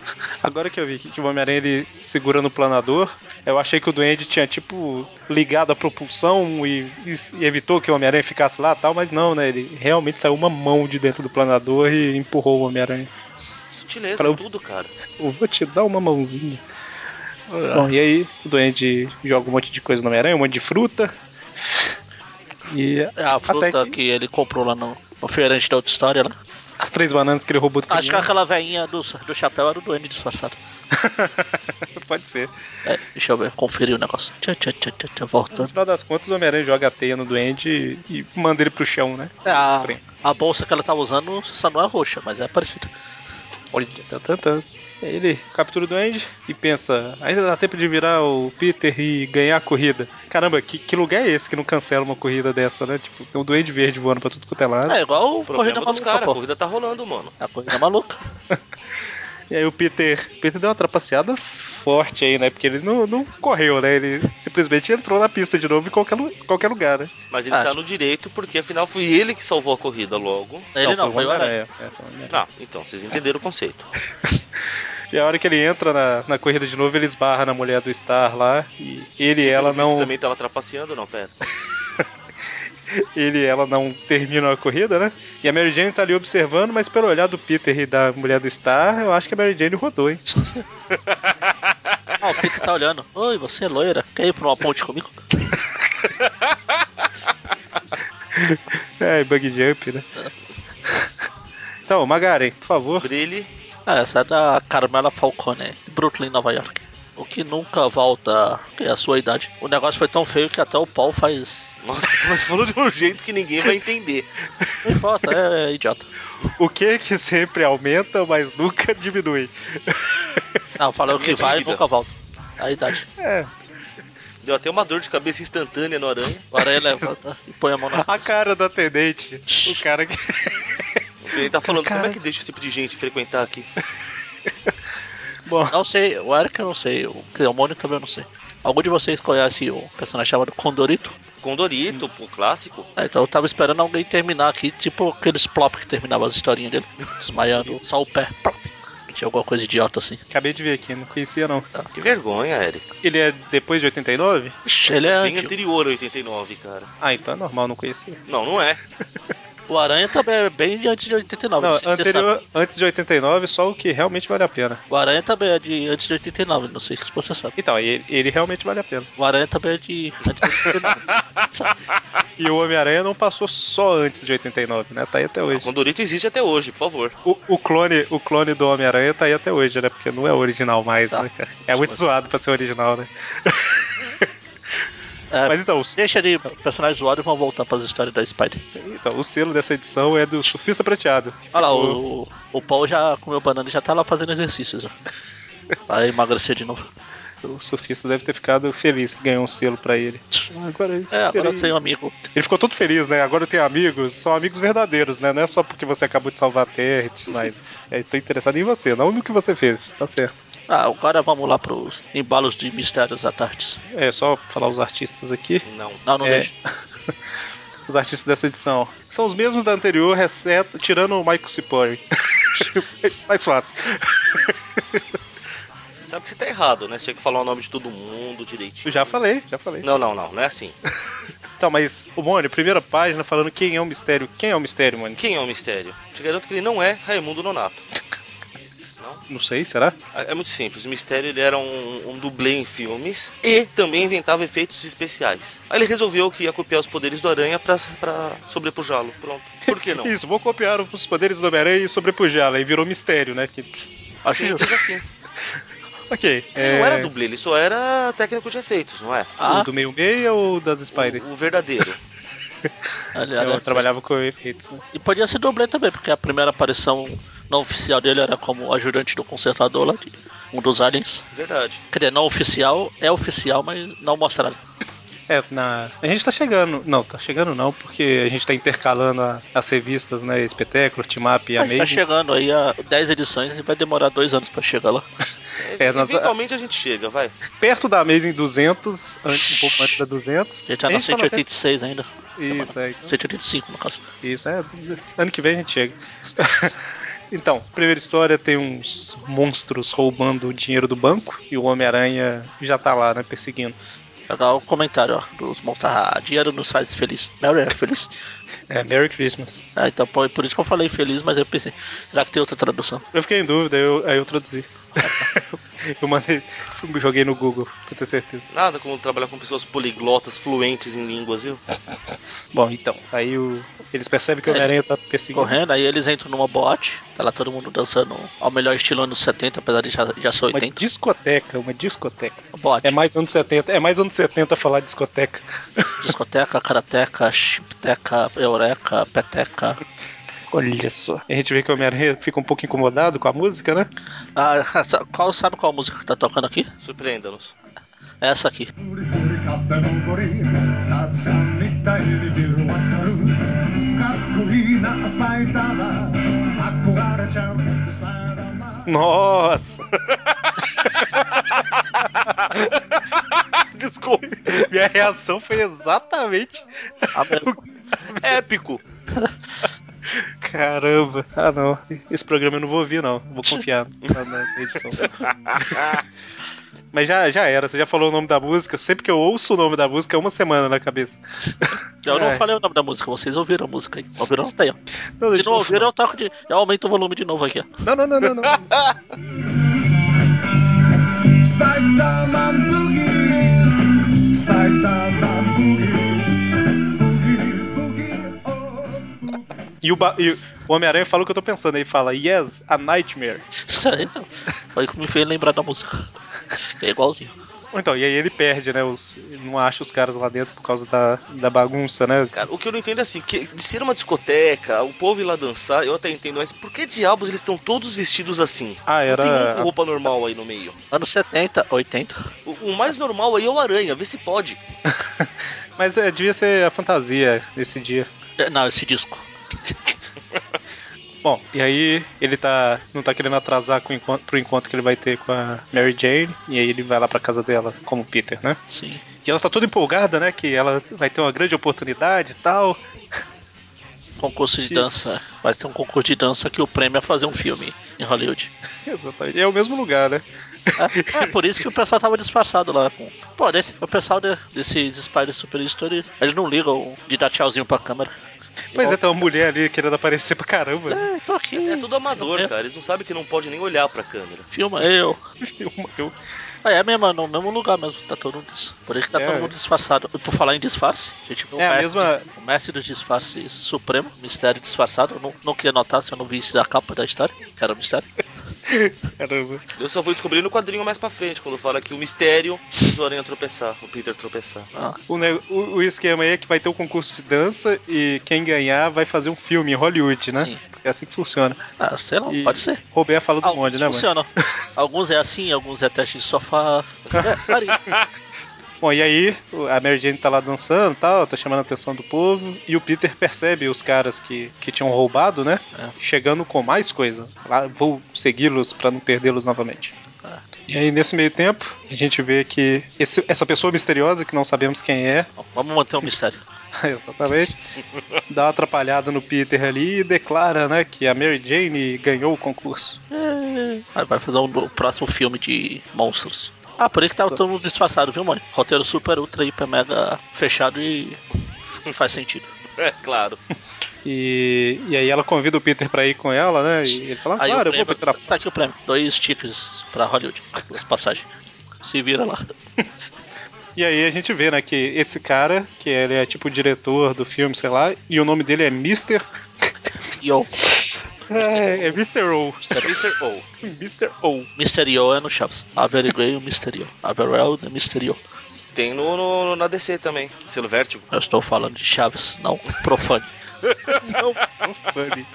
Agora que eu vi que o Homem-Aranha ele segurando o planador, eu achei que o Duende tinha, tipo, ligado a propulsão e, e- e evitou que o Homem-Aranha ficasse lá e tal, mas não, né? Ele realmente saiu uma mão de dentro do planador e empurrou o Homem-Aranha. Sutileza, Pra eu- tudo, cara. Eu vou te dar uma mãozinha. Ah. Bom, e aí o Duende joga um monte de coisa no Homem-Aranha, um monte de fruta. E É a fruta Até que- que... ele comprou lá no, no feirante da outra história né? lá. as três bananas que ele roubou do Acho que caminhão. aquela veinha do, do chapéu era o duende disfarçado. Pode ser. É, deixa eu ver, conferir o negócio. Tchau, tchau, tchau, tchau, tchau, No voltando. final das contas, o Homem-Aranha joga a teia no Duende e e manda ele pro chão, né? É, A, Espreme. a bolsa que ela tava usando só não é roxa, mas é parecida. Olha, tá, tá, tá. Aí Ele captura o Duende e pensa: ainda dá tempo de virar o Peter e ganhar a corrida. Caramba, que, que lugar é esse que não cancela uma corrida dessa, né? Tipo, tem um Duende Verde voando pra tudo quanto é lado. É igual O o problema Corrida dos Maluca, caras, a pô. corrida tá rolando, mano. É a corrida maluca. E aí o Peter, o Peter deu uma trapaceada forte aí, né? Porque ele não, não correu, né? Ele simplesmente entrou na pista de novo em qualquer, lu- qualquer lugar, né? Mas ele Ah, tá no direito porque afinal foi ele que salvou a corrida logo. Ele não, foi o Aranha. É, foi o Homem-Aranha. Não, então, vocês entenderam o conceito. E a hora que ele entra na, na corrida de novo, ele esbarra na mulher do Star lá. E ele e ela Pelo não. visto, também tava trapaceando, não, pera. ele e ela não terminam a corrida, né? E a Mary Jane tá ali observando, mas pelo olhar do Peter e da mulher do Star, eu acho que a Mary Jane rodou, hein? Ah, o Peter tá olhando. Oi, você é loira? Quer ir pra uma ponte comigo? É, bug jump, né? Então, Magaren, por favor. Brilhe. Ah, essa é da Carmela Falcone, de Brooklyn, Nova York. O que nunca volta é a sua idade. O negócio foi tão feio que até o pau faz. Nossa, mas falou de um jeito que ninguém vai entender. Não importa, é, é idiota. O que que sempre aumenta, mas nunca diminui? Não, falou que vai e Vida. nunca volta. A idade. É, Deu até uma dor de cabeça instantânea no aranha. O aranha levanta e põe a mão na. a cara da atendente. O cara que. Ele tá falando, Cara. como é que deixa esse tipo de gente frequentar aqui? Bom, Não sei, o Eric eu não sei, o quer dizer, o Mônio também eu não sei. Algum de vocês conhece o personagem chamado Condorito? Condorito, pô, clássico. Ah, então eu tava esperando alguém terminar aqui, tipo aqueles plop que terminavam as historinhas dele, desmaiando, só o pé. Plop. Tinha alguma coisa idiota assim. acabei de ver aqui, não conhecia não. Que vergonha, Eric. Ele é depois de 89? Ixi, ele é Bem antigo. anterior a 89, cara. Ah, então é normal não conhecer. Não, não é. O Aranha também é bem de antes de 89, Não, não sei se você sabe. anterior, antes de 89, só o que realmente vale a pena. O Aranha também é de antes de 89, não sei se você sabe. Então, ele, ele realmente vale a pena. O Aranha também é de antes de 89. sabe? E o Homem-Aranha não passou só antes de 89, né? Tá aí até hoje. Condorito existe até hoje, por favor. O, o clone, o clone do Homem-Aranha tá aí até hoje, né? Porque não é original mais, Tá. né, cara? É muito zoado pra ser original, né? É, Mas então, o, se- Deixa de personagens zoados e vão voltar para as histórias da Spider. então, o selo dessa edição é do Surfista Prateado. Olha lá, o, Tipo- o Paul já comeu banana e já tá lá fazendo exercícios. ó. Vai emagrecer de novo. O surfista deve ter ficado feliz que ganhou um selo pra ele. Ah, Agora, É, agora terei- eu tenho um amigo. Ele ficou todo feliz, né? Agora eu tenho amigos, são amigos verdadeiros, né? Não é só porque você acabou de salvar a Terra e tudo mais. É, tô interessado em você, não no que você fez, tá certo. Ah, agora vamos lá pros embalos de mistérios à tarde. É só falar os artistas aqui. Não. Não, não É. deixa. os artistas dessa edição. São os mesmos da anterior, exceto tirando o Michael Cipori. Mais fácil. Sabe que você tá errado, né? Você tinha que falar o nome de todo mundo direitinho. Eu já falei, já falei. Não, não, não, não é assim. Então, mas o Mônio, primeira página falando quem é o mistério. Quem é o mistério, Mônio? Quem é o mistério? Te garanto que ele não é Raimundo Nonato. Não sei, será? É é muito simples, o mistério ele era um, um dublê em filmes e também inventava efeitos especiais. Aí ele resolveu que ia copiar os poderes do Aranha pra, pra sobrepujá-lo. Pronto. Por que não? Isso, vou copiar os poderes do Homem-Aranha e sobrepujá-la. E virou mistério, né? Que... Acho justo. Simples assim. Ok. Ele é, não era dublê, ele só era técnico de efeitos, não é? O Ah, do meio-meia ou das Spider? O, o verdadeiro. aliás, é, Eu trabalhava com efeitos, né? E podia ser dublê também, porque a primeira aparição não oficial dele era como ajudante do consertador lá, de um dos aliens. Verdade. Quer dizer, não oficial, é oficial, mas não mostraram. É, na... a gente tá chegando. Não, tá chegando não, porque a gente tá intercalando a- as revistas, né? Espetáculo, Timap e é A a gente tá Made. chegando aí a 10 edições e vai demorar dois anos pra chegar lá. É, nós- Eventualmente a gente chega, vai. Perto da Amazing 200, antes, um pouco antes da 200. A gente tá na 186 ainda. semana. Isso, é, então. 185, no caso. Isso, é. Ano que vem a gente chega. então, primeira história tem uns monstros roubando o dinheiro do banco e o Homem-Aranha já tá lá, né, perseguindo. Pegar o comentário, ó, dos monstros. Ah, dinheiro nos faz feliz. Mary é feliz. É, Merry Christmas. Ah, então, pô, por isso que eu falei feliz, mas eu pensei, será que tem outra tradução? Eu fiquei em dúvida, eu, aí eu traduzi. eu mandei, joguei no Google, pra ter certeza. Nada como trabalhar com pessoas poliglotas, fluentes em línguas, viu? Bom, então, aí o- eles percebem que o É, Homem-Aranha tá perseguindo. Correndo, aí eles entram numa boate, tá lá todo mundo dançando ao melhor estilo anos 70, apesar de já, já ser Uma 80. discoteca, uma discoteca. Boate, É mais anos 70, é mais anos 70 falar discoteca. discoteca, karateca, chipteca, eureka, peteca. Olha só. A gente vê que o Homem-Aranha fica um pouco incomodado com a música, né? Ah, sa- qual, sabe qual música que tá tocando aqui? Surpreenda-nos. É essa aqui. Furi-furi, katten går in, natsen nitta yli piruattaruu. Kakkuriina aspaitava, akkuvaare tjärnettä sväärama. Nossa! Desculpa. Minha reação foi exatamente. A mesma. É Épico! Caramba. Ah, não. Esse programa eu não vou ouvir, não. Vou confiar na, na edição. Mas já, já era, você já falou o nome da música. Sempre que eu ouço o nome da música, é uma semana na cabeça. eu não É. falei o nome da música, vocês ouviram a música aí. Ouviram? Tá aí, ó. Não, Se gente, não ouviram, eu toco de. Eu aumento o volume de novo aqui, ó. Não, não, não, não. não. Svaitama boogie, svaitama boogie. Boogie, boogie, oh, boogie. E o, ba- e o Homem-Aranha fala o que eu tô pensando. Ele fala, yes, a nightmare. então, foi o que me fez lembrar da música. É igualzinho. Ou Então, e aí ele perde, né? Os, não acha os caras lá dentro por causa da, da bagunça, né? Cara, o que eu não entendo é assim, que de ser uma discoteca, o povo ir lá dançar, eu até entendo, mas por que diabos eles estão todos vestidos assim? Ah, Não Tem um era. com roupa normal aí no meio. Anos 70, 80. O, o mais normal aí é o aranha, vê se pode. Mas é, devia ser a fantasia nesse dia. É, Não, esse disco. Bom, e aí ele tá não tá querendo atrasar com o encontro, pro encontro que ele vai ter com a Mary Jane, e aí ele vai lá pra casa dela como Peter, né? Sim. E ela tá toda empolgada, né, que ela vai ter uma grande oportunidade e tal. Concurso de dança. Vai ter um concurso de dança que o prêmio é fazer um filme em Hollywood. Exatamente. É o mesmo lugar, né? É, é por isso que o pessoal tava disfarçado lá. com- Pô, desse, o pessoal de, desses Spider Super Story, eles não ligam de dar tchauzinho pra câmera. Pois é, tem uma mulher ali querendo aparecer pra caramba. né? É, tô aqui. É tudo amador, É. cara. Eles não sabem que não pode nem olhar pra câmera. Filma eu. Uma- eu- Ah, é mesmo, no mesmo lugar mesmo, tá todo mundo dis- Por isso que tá É. todo mundo disfarçado. E Por falar em disfarce, a gente viu É a mestre, mesma- o mestre dos disfarces supremo, mistério disfarçado. Eu não, não queria notar se eu não visse a capa da história, que era o mistério. Caramba. Eu só vou descobrir no quadrinho mais pra frente, quando fala que o mistério fez o aranha tropeçar, o Peter tropeçar. Ah, O, ne- o- o esquema aí é que vai ter um concurso de dança e quem ganhar vai fazer um filme em Hollywood, né? Sim. É assim que funciona. ah, sei lá, E- pode ser. Roberto fala do Alguns monte, né, mano? funcionam. Alguns é assim, alguns é teste de sofá. É, varia. Bom, e aí o- a Mary Jane tá lá dançando e tal, tá chamando a atenção do povo, e o Peter percebe os caras que, que tinham roubado, né? É. Chegando com mais coisa. Lá vou segui-los pra não perdê-los novamente. Ah. E aí, nesse meio tempo, a gente vê que esse- essa pessoa misteriosa, que não sabemos quem é, Bom, Vamos manter um mistério. exatamente, dá uma atrapalhada no Peter ali e declara, né, que a Mary Jane ganhou o concurso. É, aí vai fazer um- o próximo filme de monstros. Ah, por isso que tava todo mundo disfarçado, viu, mano? Roteiro super, ultra, hiper, mega fechado e não faz sentido. É, claro. E, e aí ela convida o Peter pra ir com ela, né? E ele fala, Aí claro, o eu vou prêmio, procurar. tá aqui o prêmio. Dois tickets pra Hollywood, duas passagens. Se vira lá. E aí a gente vê, né, que esse cara, que ele é tipo o diretor do filme, sei lá, e o nome dele é Mr. Yo, É, é Mr. O. Mr. O. Mr. O. Mysterio é no Chaves. Averiguei o Mysterio. Averell é Mysterio. Tem no, no- na DC também. Selo Vértigo. Eu estou falando de Chaves, não profane. Não, não funny.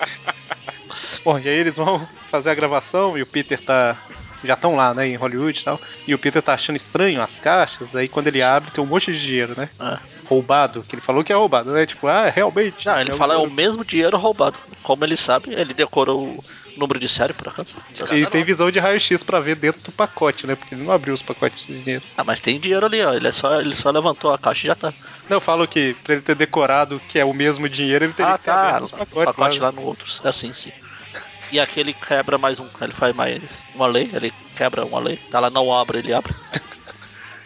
Bom, e aí eles vão fazer a gravação e o Peter tá já estão lá, né, em Hollywood e tal. E o Peter tá achando estranho as caixas, aí quando ele abre tem um monte de dinheiro, né? Ah. Roubado, que ele falou que é roubado, né? Tipo, ah, realmente. Não, ele é um fala é o ouro. mesmo dinheiro roubado. Como ele sabe, ele decorou o número de série, por acaso. E tem visão de raio-x pra ver dentro do pacote, né? Porque ele não abriu os pacotes de dinheiro. Ah, mas tem dinheiro ali, ó. Ele, é só, ele só levantou a caixa e já tá. Não, eu falo que pra ele ter decorado que é o mesmo dinheiro, ele teria ah, que ter aberto tá. os O pacotes pacote lá. lá no outro. É assim, sim. E aqui ele quebra mais um. Ele faz mais uma lei. Ele quebra uma lei. Tá lá, não abre, ele abre.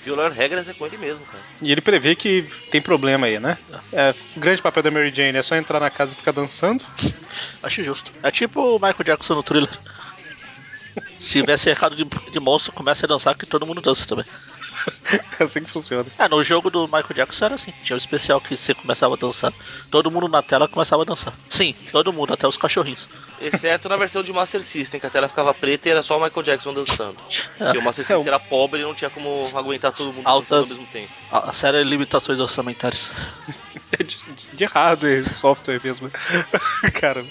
Violar regras é com ele mesmo, cara. E ele prevê que tem problema aí, né? É, o grande papel da Mary Jane é só entrar na casa e ficar dançando. Acho justo. É tipo o Michael Jackson no thriller. Se tiver cercado de, de monstro, começa a dançar que todo mundo dança também. é assim que funciona. Ah, no jogo do Michael Jackson era assim. Tinha um especial que você começava a dançar. Todo mundo na tela começava a dançar. Sim, todo mundo, até os cachorrinhos. Exceto na versão de Master System, que a tela ficava preta e era só o Michael Jackson dançando. Porque o Master System era pobre e não tinha como aguentar todo mundo Altas- dançando ao mesmo tempo. A, a série é limitações orçamentárias. É de, de hardware, software mesmo. Cara.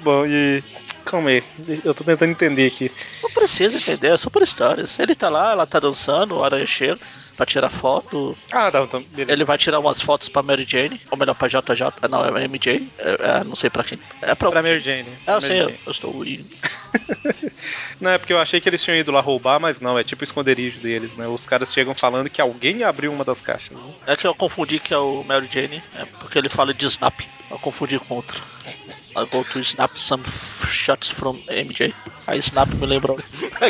Bom, e. Calma aí, eu tô tentando entender aqui. Não precisa entender, é super histórias. Ele tá lá, ela tá dançando, o aranha chega pra tirar foto. Ah, tá, então, beleza. Ele vai tirar umas fotos pra Mary Jane, ou melhor, pra JJ. ah, Não, é MJ. É, é, não sei pra quem. É pra, Pra Mary Jane. É, eu Pra Mary sei, eu, Jane. eu estou indo. Não, é porque eu achei que eles tinham ido lá roubar, mas não, é tipo o esconderijo deles, né? Os caras chegam falando que alguém abriu uma das caixas. né? É que eu confundi que é o Mary Jane, é porque ele fala de Snap. Eu confundi com outro. I go to snap some f- shots from MJ. Aí Snap me lembrou.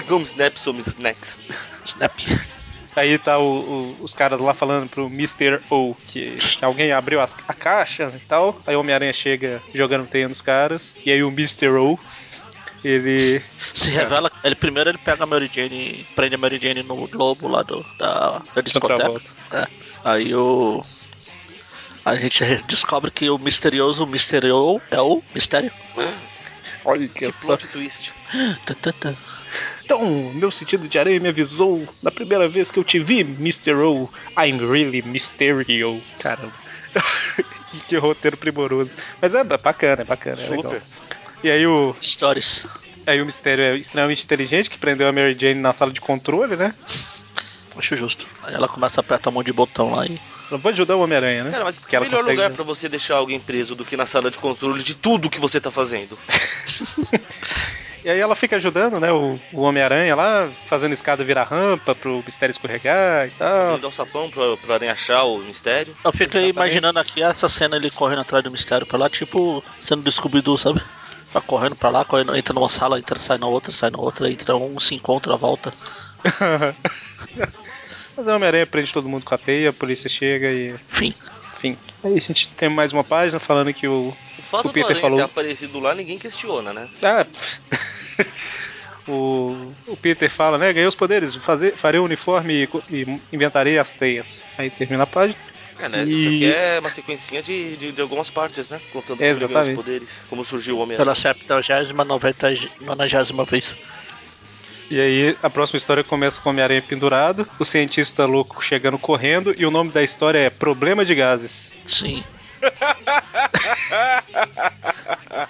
Gum Snap some snacks. Snap. Aí tá o- o- os caras lá falando pro Mr. O que, que alguém abriu as- a caixa e tal. Aí o Homem-Aranha chega jogando teia nos caras. E aí o Mr. O, ele. Se revela. Ele, primeiro ele pega a Mary Jane, prende a Mary Jane no globo lá do, da, da discoteca. Contravolta. É. Aí o. A gente descobre que o misterioso Misterio é o mistério. Olha Que plot twist. Tã, tã, tã. Então, meu sentido de aranha me avisou na primeira vez que eu te vi, Mr. O. I'm really Mysterio. Caramba. que, que roteiro primoroso. Mas é bacana, é bacana, é legal. Super. E aí o, Stories. aí o mistério é extremamente inteligente, que prendeu a Mary Jane na sala de controle, né? Acho justo. Aí ela começa a apertar um monte de botão lá e. Ela pode ajudar o Homem-Aranha, né? Cara, mas Porque que ela melhor consegue lugar mesmo. pra você deixar alguém preso do que na sala de controle de tudo que você tá fazendo. E aí ela fica ajudando, né? O, o Homem-Aranha lá, fazendo escada virar rampa pro mistério escorregar e tal. Ele dá o sapão pra, pra nem achar o mistério. Eu fico Exatamente. imaginando aqui essa cena ele correndo atrás do mistério pra lá, tipo sendo descobrido, sabe? Vai correndo pra lá, correndo, entra numa sala, entra, sai na outra, sai na outra, entra um, se encontra, volta. Mas o Homem-Aranha prende todo mundo com a teia, a polícia chega e. Enfim. Enfim. Aí É a gente tem mais uma página falando que o. O fato O Peter do Aranha falou- ter aparecido lá, ninguém questiona, né? Ah! o, o Peter fala, né? Ganhei os poderes, fazer, farei o uniforme e, co- e inventarei as teias. Aí termina a página. É, né? E- Isso aqui é uma sequencinha de, de, de algumas partes, né? Contando como ele ganhou Exatamente. os poderes, como surgiu o Homem-Aranha. Pela 70, 90, 90 vez. E aí a próxima história começa com o Homem-Aranha pendurado, o cientista louco chegando correndo, e o nome da história é Problema de Gases. Sim.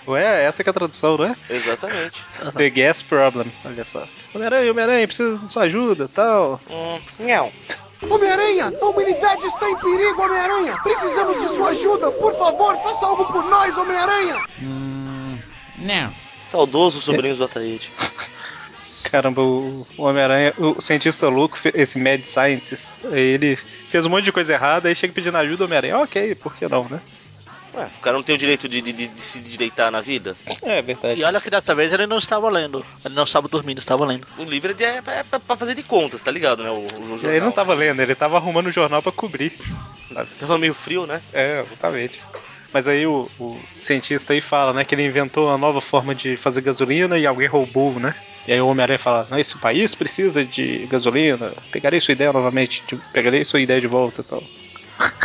Ué, essa que é a tradução, não é? Exatamente. The Gas Problem. Olha só. Homem-Aranha, Homem-Aranha, preciso da sua ajuda tal. Hum, não. Homem-Aranha, a humanidade está em perigo, Homem-Aranha! Precisamos de sua ajuda! Por favor, faça algo por nós, Homem-Aranha! Não. Saudoso É. sobrinhos do Ataíde. Caramba, o o Homem-Aranha, o cientista louco, fe- esse mad scientist, ele fez um monte de coisa errada, aí chega pedindo ajuda ao Homem-Aranha. Ok, por que não, né? Ué, o cara não tem o direito de, de- de- de se direitar na vida? É verdade. E olha que dessa vez ele não estava lendo. Ele não estava dormindo, estava lendo. O livro é, de- é pra- é pra- pra fazer de contas, tá ligado, né? O, o jornal. Ele não tava lendo, ele tava arrumando o jornal pra cobrir. Tava meio frio, né? É, exatamente. Mas aí o, o cientista aí fala, né, que ele inventou uma nova forma de fazer gasolina e alguém roubou, né? E aí o Homem-Aranha fala, "Não, esse país precisa de gasolina, pegarei sua ideia novamente, de- pegarei sua ideia de volta e tal.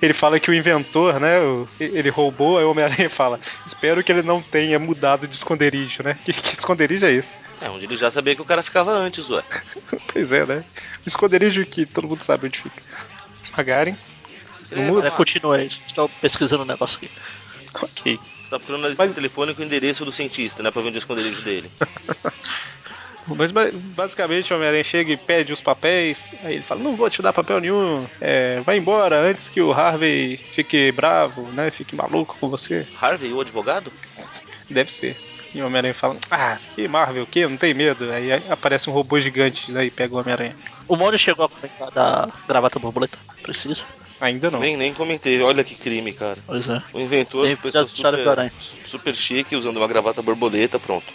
Ele fala que o inventor, né, o- ele roubou, aí o Homem-Aranha fala, espero que ele não tenha mudado de esconderijo, né? Que, que esconderijo é esse? É, onde ele já sabia que o cara ficava antes, ué. Pois é, né? Esconderijo que todo mundo sabe onde fica. Magaren? Escreva muda. É, lá. continua aí. Estou pesquisando um negócio aqui. Ok. Você tá procurando na Mas- telefônica o endereço do cientista, né? Pra ver onde é o esconderijo dele. Mas ba- basicamente o Homem-Aranha chega e pede os papéis. Aí ele fala: Não vou te dar papel nenhum. É, vai embora antes que o Harvey fique bravo, né? Fique maluco com você. Harvey, o advogado? Deve ser. E o Homem-Aranha fala: Ah, que Marvel, o quê? Não tem medo. Aí aparece um robô gigante lá e pega o Homem-Aranha. O Mônio chegou a comentar da gravata borboleta. Precisa. Ainda não. Nem, nem comentei. Olha que crime, cara. Pois é. O inventor, Nem pessoa das histórias do super, Aranha. super chique, usando uma gravata borboleta, pronto.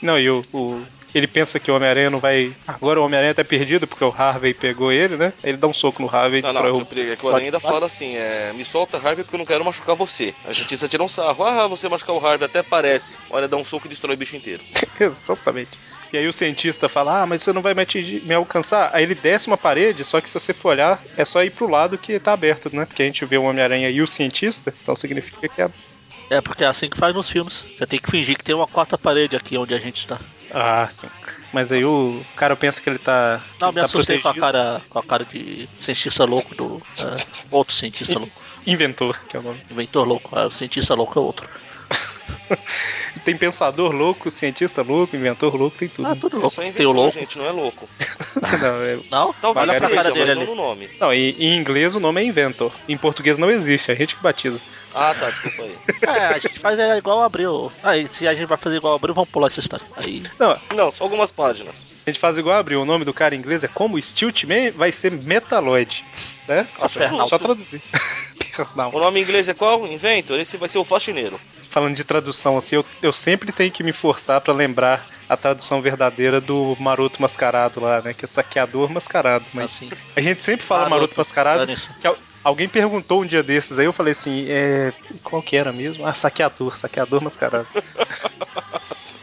Não, e o. o- Ele pensa que o Homem-Aranha não vai. Agora o Homem-Aranha tá perdido porque o Harvey pegou ele, né? Aí Ele dá um soco no Harvey e Não, destrói não, o. é que o Aranha ainda Pode- fala assim, é, me solta Harvey porque eu não quero machucar você. A justiça tira um sarro, ah, você machucar o Harvey, até parece. Olha, dá um soco e destrói o bicho inteiro. Exatamente. E aí o cientista fala: Ah, mas você não vai me, atingir, me alcançar. Aí ele desce uma parede, só que se você for olhar, é só ir pro lado que tá aberto, né? Porque a gente vê o Homem-Aranha e o cientista, então significa que é. É porque é assim que faz nos filmes. Você tem que fingir que tem uma quarta parede aqui onde a gente está. Ah, sim. Mas aí o cara pensa que ele tá. que Não, ele me tá assustei com a protegido. cara com a cara de cientista louco do. é, outro cientista louco. Inventor, que é o nome. Inventor louco. É, o cientista louco é outro. Tem pensador louco, cientista louco, inventor louco, tem tudo. Ah, tudo Ele louco. só Tem o inventou, louco. gente, não é louco. não, é- Não? Talvez Olha seja, pra cara dele mas não ali. no nome. não, e- em inglês o nome é inventor. Em português não existe, é a gente que batiza. Ah, tá, desculpa aí. É, a gente faz é igual abriu. Aí, se a gente vai fazer igual abriu, vamos pular essa história. Aí. Não, Não, só algumas páginas. a gente faz igual abriu. O nome do cara em inglês é como Stilt Man, vai ser Metaloid. Né? Só, Só Fernaldo. só traduzir. O Perdão. nome em inglês é qual? Inventor? Esse vai ser o faxineiro. Falando de tradução, assim, eu, eu sempre tenho que me forçar pra lembrar a tradução verdadeira do Maroto Mascarado lá, né? Que é saqueador mascarado. Mas Assim. a gente sempre fala Maroto, Maroto, Mascarado. olha isso. Que al- alguém perguntou um dia desses, aí eu falei assim, é, qual que era mesmo? Ah, saqueador, saqueador mascarado.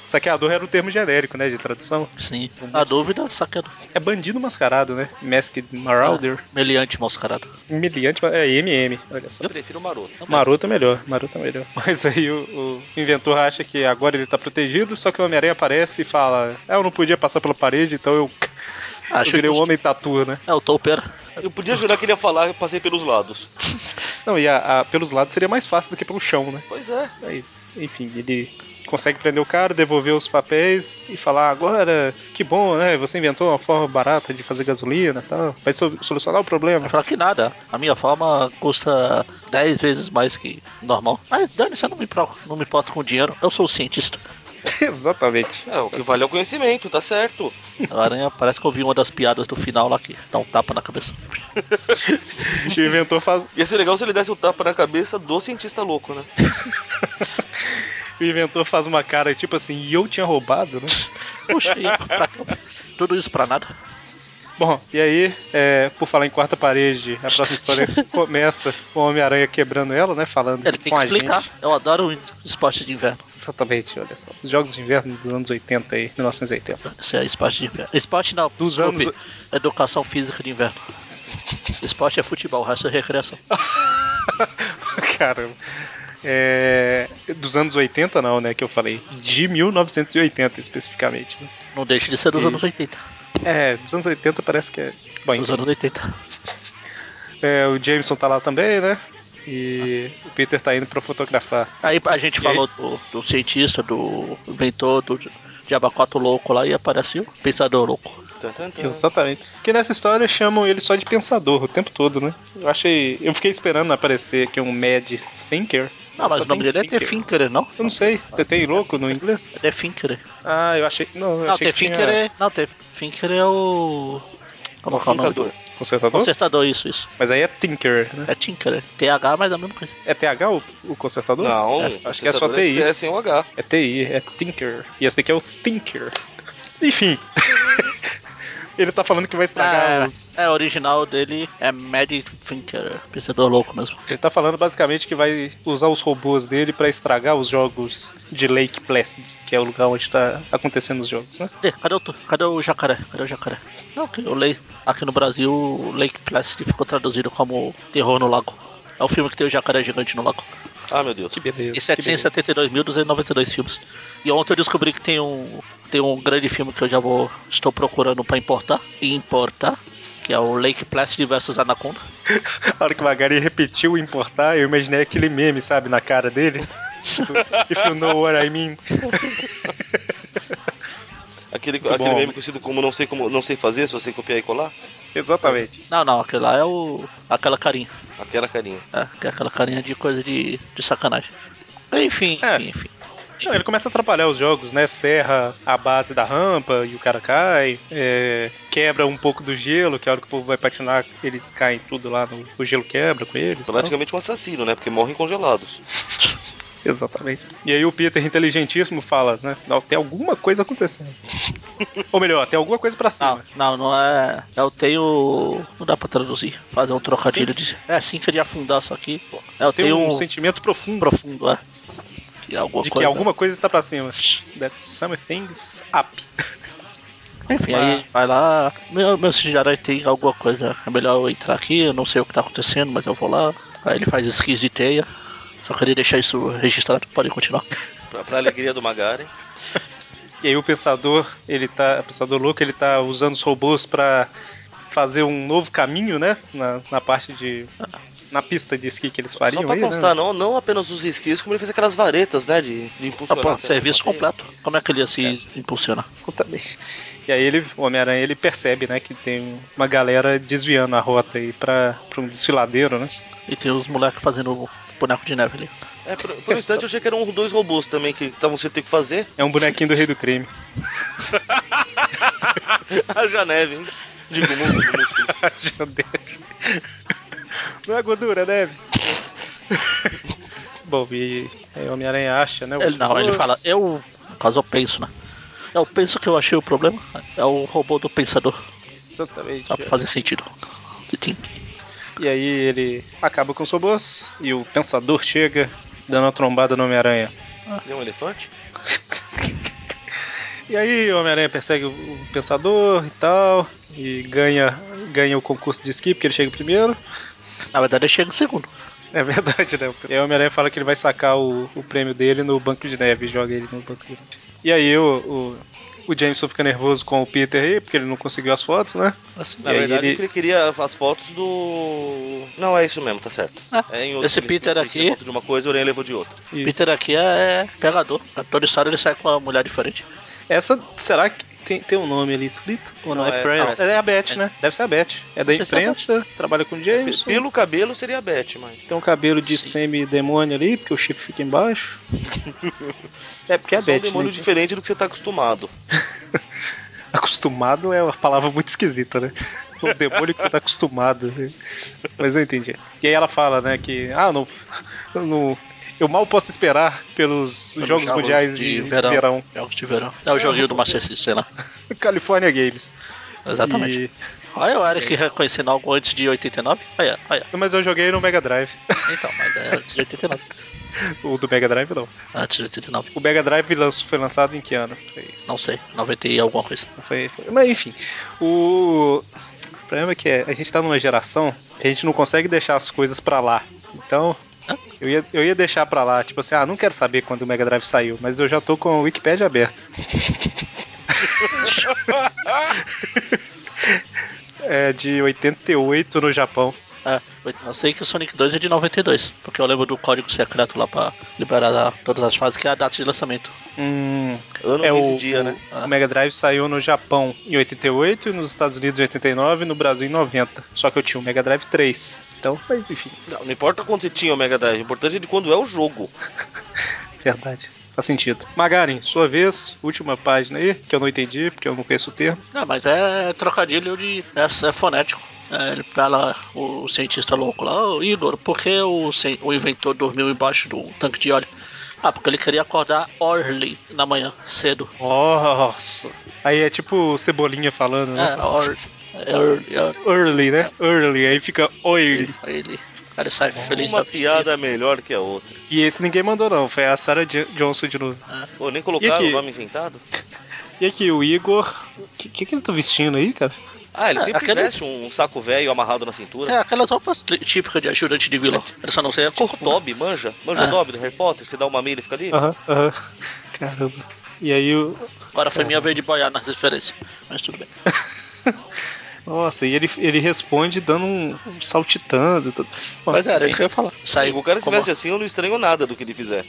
saqueador era o termo genérico, né, de tradução. Sim. A dúvida, saqueador. É bandido mascarado, né? Masked Marauder, Ah. Meliante, mascarado. miliante, ma- é MM, olha só. Eu prefiro o maroto. Maroto é melhor, maroto é melhor. Mas aí o, o inventor acha que agora ele tá protegido, só que o Homem-Aranha aparece e fala: "Ah, Eu não podia passar pela parede, então eu, eu Acho que virei o homem tatua, né? É o toupeiro. Eu podia jurar que ele ia falar, eu passei pelos lados. Não, e a- a- pelos lados seria mais fácil do que pelo chão, né? Pois é. Mas, enfim, ele consegue prender o cara, devolver os papéis e falar agora, que bom, né? Você inventou uma forma barata de fazer gasolina e tal. Vai so- solucionar o problema. Vai falar que nada. A minha forma custa 10 vezes mais que normal. Mas Dani, eu não me, pro- não me importo com dinheiro. Eu sou cientista. Exatamente. É, o que vale é o conhecimento, tá certo. A aranha parece que eu ouvi uma das piadas do final lá que dá um tapa na cabeça. E o inventor faz. Ia ser legal se ele desse o tapa na cabeça do cientista louco, né? O inventor faz uma cara tipo assim, e eu tinha roubado, né? Puxa, e pra quê? tudo isso pra nada. Bom, e aí, é, por falar em quarta parede, a próxima história começa com o Homem-Aranha quebrando ela, né? Falando Ele tem com que a explicar. gente. Eu adoro esporte de inverno. Exatamente, olha só. Os jogos de inverno dos anos 80 aí, 1980. Isso é esporte de inverno. Esporte não, Dos desculpe. anos- Educação física de inverno. Esporte é futebol, o resto é recreação. Caramba. É, dos anos 80 não, né, que eu falei. De 1980 especificamente. né? Não deixe de ser dos E- anos 80. É, dos anos 80 parece que é. Bom, Dos enfim. anos 80. É, o Jameson tá lá também, né? E o Peter tá indo pra fotografar. Aí a gente E falou do, do cientista, do inventor, do Jabacoto louco lá e apareceu o pensador louco. Tan, tan, tan. Exatamente. Que nessa história chamam ele só de pensador o tempo todo, né? Eu achei, eu fiquei esperando aparecer aqui um Mad Thinker. Não, mas Só o nome tem dele é The Finker, não? Eu não sei, tem- tem louco no inglês? É The Finker. Ah, eu achei, não, eu Não, achei The que Finker tinha é. Não, The Finker é o. Como é que é o nome do. Fincador. consertador, Consertador, isso, isso. mas aí é Tinker, né? É Tinker. TH, mas é a mesma coisa. É TH o, o consertador? Não, acho que é só o TI. É sem o H. É TI, é Tinker. E esse daqui é o Thinker. Enfim. Ele tá falando que vai estragar os. É, é, o original dele é Mad Finker. Pensador louco mesmo. Ele tá falando basicamente que vai usar os robôs dele pra estragar os jogos de Lake Placid, que é o lugar onde tá acontecendo os jogos, né? Cadê? Cadê o, tu- cadê o jacaré? Cadê o jacaré? Não, que o Lake, aqui no Brasil, o Lake Placid ficou traduzido como Terror no Lago. É o filme que tem o jacaré gigante no lago. Ah, meu Deus. Que beleza. é E que beleza. 772.292 filmes. E ontem eu descobri que tem um, tem um grande filme que eu já vou estou procurando pra importar e importar, que é o Lake Placid versus Anaconda. A hora que o Magari repetiu importar, eu imaginei aquele meme, sabe, na cara dele. Tipo, If you know what I mean. Aquele, Muito aquele bom. meme conhecido como não sei como não sei fazer, só sei copiar e colar. Exatamente. Não, não, aquele lá é o. aquela carinha. Aquela carinha. É, que é aquela carinha de coisa de, de sacanagem. Enfim, É. enfim, enfim. Não, ele começa a atrapalhar os jogos, né? Serra a base da rampa e o cara cai. é, quebra um pouco do gelo, que a hora que o povo vai patinar, eles caem tudo lá. No, o gelo quebra com eles. tal. Praticamente um assassino, né? Porque morrem congelados. Exatamente. E aí o Peter, inteligentíssimo, fala, né? Não, tem alguma coisa acontecendo. Ou melhor, tem alguma coisa pra cima. Não, não, não é. Eu tenho. Não dá pra traduzir. Fazer um trocadilho de. É, cinco de afundar, só que. Eu tem tenho um, um. sentimento profundo profundo, é. Que alguma de que coisa. alguma coisa está pra cima. That something's up. Enfim, aí Mas- vai lá. Meu, meu Sinjarai tem alguma coisa. É melhor eu entrar aqui, eu não sei o que tá acontecendo, mas eu vou lá. Aí ele faz esquis de teia. Só queria deixar isso registrado, pode continuar. Pra, pra alegria do Magaren. E aí o pensador, ele tá. O pensador louco, ele tá usando os robôs pra fazer um novo caminho, né? Na, na parte de. Na pista de esqui que eles fariam. Só pra aí, constar, né? não, não apenas os esquios, como ele fez aquelas varetas, né? De, de Ah, impulsionar. pô, serviço completo. Como é que ele ia se impulsionar? Exatamente. E aí ele, o Homem-Aranha, ele percebe, né, que tem uma galera desviando a rota aí pra, pra um desfiladeiro, né? E tem os moleques fazendo o boneco de neve Então ali. É, por, por um instante eu achei que eram dois robôs também que estavam sem ter o que fazer. É um bonequinho do rei do crime. Haja neve, hein? Digo, músculo, músculo. Já deve. Tá Não é gordura, deve. Bom, e aí o Homem-Aranha acha, né? os Ele não, ele robôs. fala, "É, eu. No caso, eu penso, né? Eu penso que eu achei o problema. É o robô do pensador. Exatamente. Só pra fazer sentido. Entendi. E aí ele acaba com os robôs e o pensador chega dando uma trombada no Homem-Aranha. Ele é um elefante? E aí o Homem-Aranha persegue o- o pensador e tal. E ganha, ganha o concurso de esqui, porque ele chega primeiro. Na verdade, ele chega em segundo. É verdade, né? E aí o Homem-Aranha fala que ele vai sacar o, o prêmio dele no banco de neve, joga ele no banco de neve. E aí o, o, o Jameson fica nervoso com o Peter aí, porque ele não conseguiu as fotos, né? Assim, Na E aí verdade, ele- ele... ele queria as fotos do. Não, é isso mesmo, tá certo. Ah, É em esse ele- Peter ele queria aqui- foto de uma coisa, o Aranha levou de outra. E Peter aqui é pegador. Toda história ele sai com uma mulher diferente. essa, será que tem, tem um nome ali escrito? Ou não? Não, é, é- Press. não. É a Beth, né? Press. Deve ser a Beth. É da Não sei se é a imprensa, trabalha com o P- Jameson. Pelo cabelo seria a Beth, mas. Tem um cabelo de Sim. semi-demônio ali, porque o chifre fica embaixo. é porque é a Só um Beth. demônio né? diferente do que você tá acostumado. Acostumado é uma palavra muito esquisita, né? Um demônio que você tá acostumado. né? Mas eu entendi. E aí ela fala, né, que. Ah, não. eu não- eu mal posso esperar pelos Pelos Jogos jogos Mundiais de, de verão. verão. Jogos de verão. É o joguinho do Master System lá. California Games. Exatamente. E- Olha o Eric reconhecendo algo antes de 89. Olha, olha. Mas eu joguei no Mega Drive. Então, mas é antes de 89. o do Mega Drive não. Antes de 89, O Mega Drive lanç- foi lançado em que ano? Foi não sei. 90 e alguma coisa. Foi- foi- Mas enfim, o... o problema é que é, a gente tá numa geração que a gente não consegue deixar as coisas pra lá. Então, Hã? eu ia, eu ia deixar pra lá, tipo assim, ah, não quero saber quando o Mega Drive saiu, mas eu já tô com o Wikipedia aberto. é de 88 no Japão. É, eu sei que o Sonic 2 é de 92. Porque eu lembro do código secreto lá pra liberar a- todas as fases, que é a data de lançamento. Hum, Ano é nesse o, dia, o- né? o Mega Drive saiu no Japão em 88, nos Estados Unidos em 89 e no Brasil em 90. Só que eu tinha o Mega Drive 3. Então, mas enfim. Não, não importa quando você tinha o Mega Drive, o importante é de quando é o jogo. Verdade. Faz sentido. Magarin, sua vez, última página aí, que eu não entendi, porque eu não conheço o termo. Não, mas é trocadilho de. É, é fonético. É, ele fala o cientista louco lá, ô Igor, por que o, cien- o inventor dormiu embaixo do tanque de óleo? Ah, porque ele queria acordar early na manhã, cedo. Nossa. Aí é tipo Cebolinha falando, né? É, or, é early, é Early, né? Early, aí fica oily. early. Aí ele, aí ele sai feliz Uma da vida. piada é melhor que a outra. E esse ninguém mandou não, foi a Sarah Jo- Johnson de novo. Pô, nem E colocaram aqui? o nome inventado? E aqui, o Igor... O que, que que ele tá vestindo aí, cara? Ah, ele É, sempre aqueles- veste um saco velho amarrado na É, cintura. aquelas roupas tri- típicas de ajudante de vilão. Ele só não sei é a cor. Tipo Dobby, manja? Manja o Dobby do Harry Potter? Você dá uma meia e fica ali? Ah. Aham, aham. Caramba. E aí o... Agora foi minha vez de boiar nas referências. Mas tudo bem. Nossa, e ele, ele responde dando um, um saltitando e tudo. Bom, Mas era isso que eu ia falar. Saiu o cara se como- veste assim, eu não estranho nada do que ele fizer.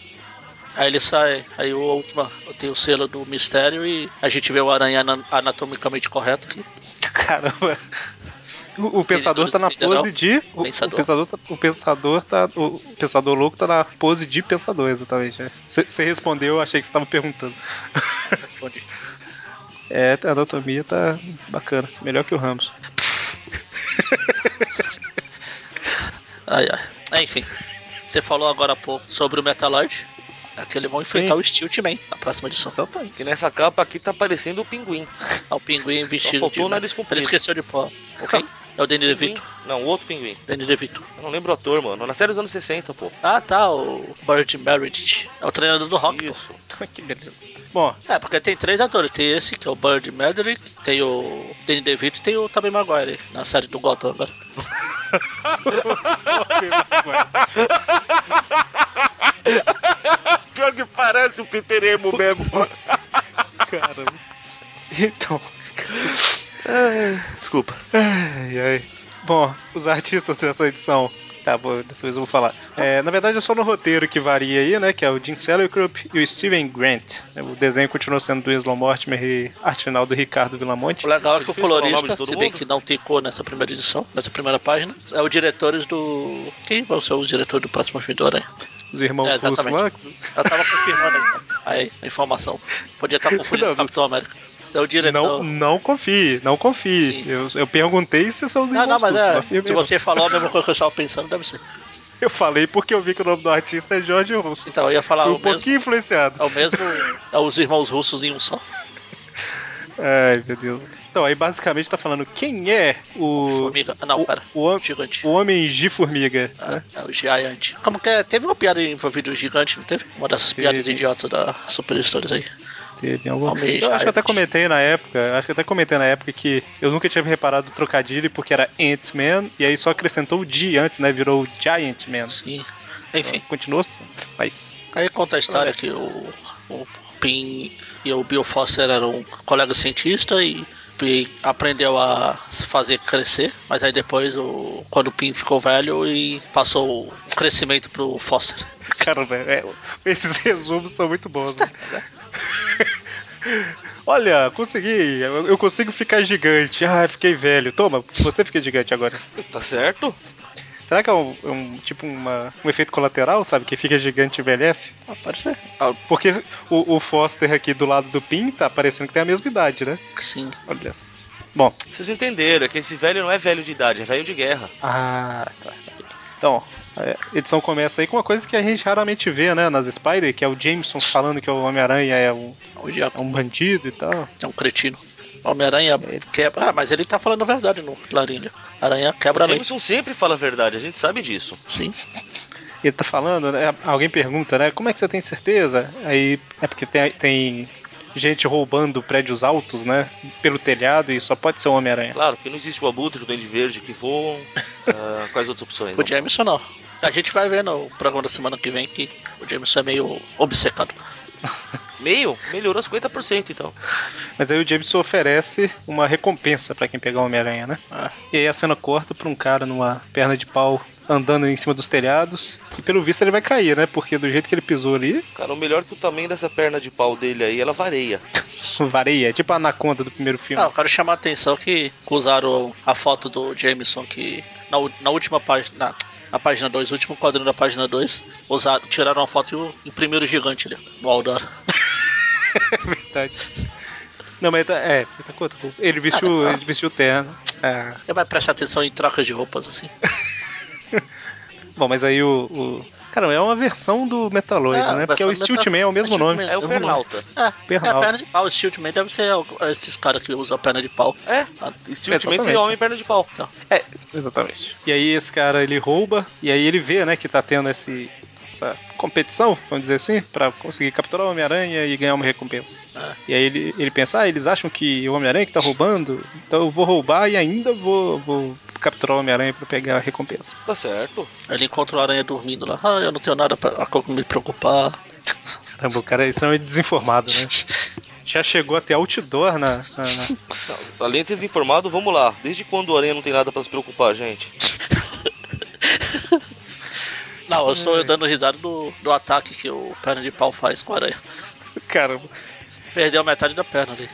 Aí ele sai, aí o última tem o selo do mistério e a gente vê o aranha ana- anatomicamente correto aqui. Caramba. O, o pensador tá na pose de. O, o Pensador. pensador tá, o pensador tá. O pensador louco tá na pose de pensador, exatamente. né? Você você respondeu, eu achei que você tava perguntando. Responde. É, a anatomia tá bacana. Melhor que o Ramos. Ai, ai. É, Enfim, você falou agora há pouco sobre o Metaloid. É que eles vão enfrentar o Steel Man na próxima edição. Exatamente. Que nessa capa aqui tá parecendo o pinguim. Ah, o pinguim vestido faltou de. o nariz ele comprido. Então, esqueceu de pó. Ok? É o Danny Pinguim? DeVito. Não, o outro pinguim. Danny DeVito. Eu não lembro o ator, mano. Na série dos anos 60, pô. Ah, tá, o Bird Meredith. É o treinador do Rock, pô. Isso. Que beleza. Bom, É, porque tem três atores. Tem esse, que é o Bird Meredith, tem o Danny DeVito e tem o Tobey Maguire, na série do Gotham né? agora. Pior que parece o Peter Emo mesmo. caramba. Então. Desculpa. Ai, ai. Bom, os artistas dessa edição. Tá, bom, dessa vez eu vou falar. É, na verdade é só no roteiro que varia aí, né? Que é o Jim Sellerup e o Steven Grant. É, O desenho continua sendo do Islam Mortimer e arte final do Ricardo Villamonte. O legal é que o Difícil falar o nome de colorista, todo se bem mundo. que não tem cor nessa primeira edição, nessa primeira página, é o diretores do. Quem vai ser o diretor do próximo filme do Aranha? Os irmãos É, é, exatamente. Eu tava confirmando aí, a informação. Podia estar confundindo Não, com o Capitão América. Esse é o Não, diretor. não confie, não confie. Sim. Eu, eu perguntei se são os Não, irmãos não, mas Russo, é, não afirmei se não. você falou a mesma coisa que eu estava pensando, deve ser. Eu falei porque eu vi que o nome do artista é Jorge Russo. Então, eu ia falar Fui o um pouquinho mesmo. influenciado. É o mesmo. É os irmãos russos em um só. Ai, meu Deus. Então, aí basicamente tá falando quem é o. Formiga. ah, Não, o- pera. o homem- Gigante. O homem de formiga. né? Ah, É o Giant. Como que é? Teve uma piada envolvendo o gigante, não teve? Uma dessas piadas Teve. idiotas da Super Stories aí. Teve algum... Homem Eu acho que eu até Giant. comentei na época. eu Acho que eu até comentei na época que eu nunca tinha me reparado do trocadilho porque era Ant-Man e aí só acrescentou o G antes, né? Virou Giant Man. Sim. Enfim, Continuou assim, mas. aí conta a história que o, o Pin e o Bill Foster eram colegas cientistas e Pin aprendeu a se fazer crescer, mas aí depois, o, quando o Pin ficou velho, e passou o crescimento pro Foster. Caramba, é, esses resumos são muito bons. Né? Olha, consegui. Eu eu consigo ficar gigante. Ah, fiquei velho. Toma, você fica gigante agora. Tá certo? Será que é um, é um- tipo uma- um efeito colateral, sabe? Que fica gigante e envelhece? Ah, pode ser. Porque o, o Foster aqui do lado do Pin tá parecendo que tem a mesma idade, né? Sim. Olha só. Bom, Vocês não entenderam, é que esse velho não é velho de idade, é velho de guerra. ah, tá. Então, a edição começa aí com uma coisa que a gente raramente vê, né, nas Spider, que é o Jameson falando que o Homem-Aranha é um, O idiota. é um bandido e tal. É um cretino. Homem-Aranha quebra. Ah, mas ele tá falando a verdade no Larinha. Aranha quebra a o lei. Jameson sempre fala a verdade, a gente sabe disso. Sim. Ele tá falando, né, alguém pergunta, né, como é que você tem certeza? Aí é porque tem, tem gente roubando prédios altos, né, pelo telhado e só pode ser o Homem-Aranha. Claro, porque não existe o Abutre, o Duende Verde que voam. Ah, quais outras opções? O Jameson não. A gente vai ver no programa da semana que vem que o Jameson é meio obcecado. Meio? Melhorou 50% então. Mas aí o Jameson oferece uma recompensa pra quem pegar o Homem-Aranha, né? Ah, E aí a cena corta pra um cara numa perna de pau andando em cima dos telhados. E pelo visto ele vai cair, né? Porque do jeito que ele pisou ali, Cara, o melhor que o tamanho dessa perna de pau dele aí, ela vareia. vareia. É tipo a anaconda do primeiro filme. Ah, eu quero chamar a atenção que usaram a foto do Jameson que na, u- na última página. Na, na página 2, último quadrinho da página 2, usaram, tiraram a foto e o- imprimiram o gigante ali, no Aldor. Verdade. tá? Não, mas tá, é, tá com outra cor. ele vestiu, ele vestiu o terno. É. Ele vai prestar atenção em trocas de roupas assim. Bom, mas aí o, o- Caramba, é uma versão do Metaloid, Ah, né? Porque versão o do Steel Metal- Man é o mesmo Steel nome. Man. É o Pernalta. É, é a Pernal. perna de pau. O Shieldman deve ser algo- esses caras que usam a perna de pau. É, Ah, Steelman exatamente. seria homem perna de pau. Exatamente. E aí esse cara ele rouba, e aí ele vê, né, que tá tendo esse. Essa competição, vamos dizer assim, pra conseguir capturar o Homem-Aranha e ganhar uma recompensa. Ah. E aí ele, ele pensa, ah, eles acham que o Homem-Aranha que tá roubando, então eu vou roubar e ainda vou, vou capturar o Homem-Aranha pra pegar a recompensa. Tá certo. Ele encontra o aranha dormindo lá. Ah, eu não tenho nada pra, com me preocupar. Caramba, o cara é extremamente desinformado, né? Já chegou até outdoor na- na- na, Não, além de ser desinformado, vamos lá. Desde quando o Aranha não tem nada pra se preocupar, gente? Não, eu sou eu dando risada do, do ataque que o perna de pau faz com a aranha. Caramba. Perdeu metade da perna ali.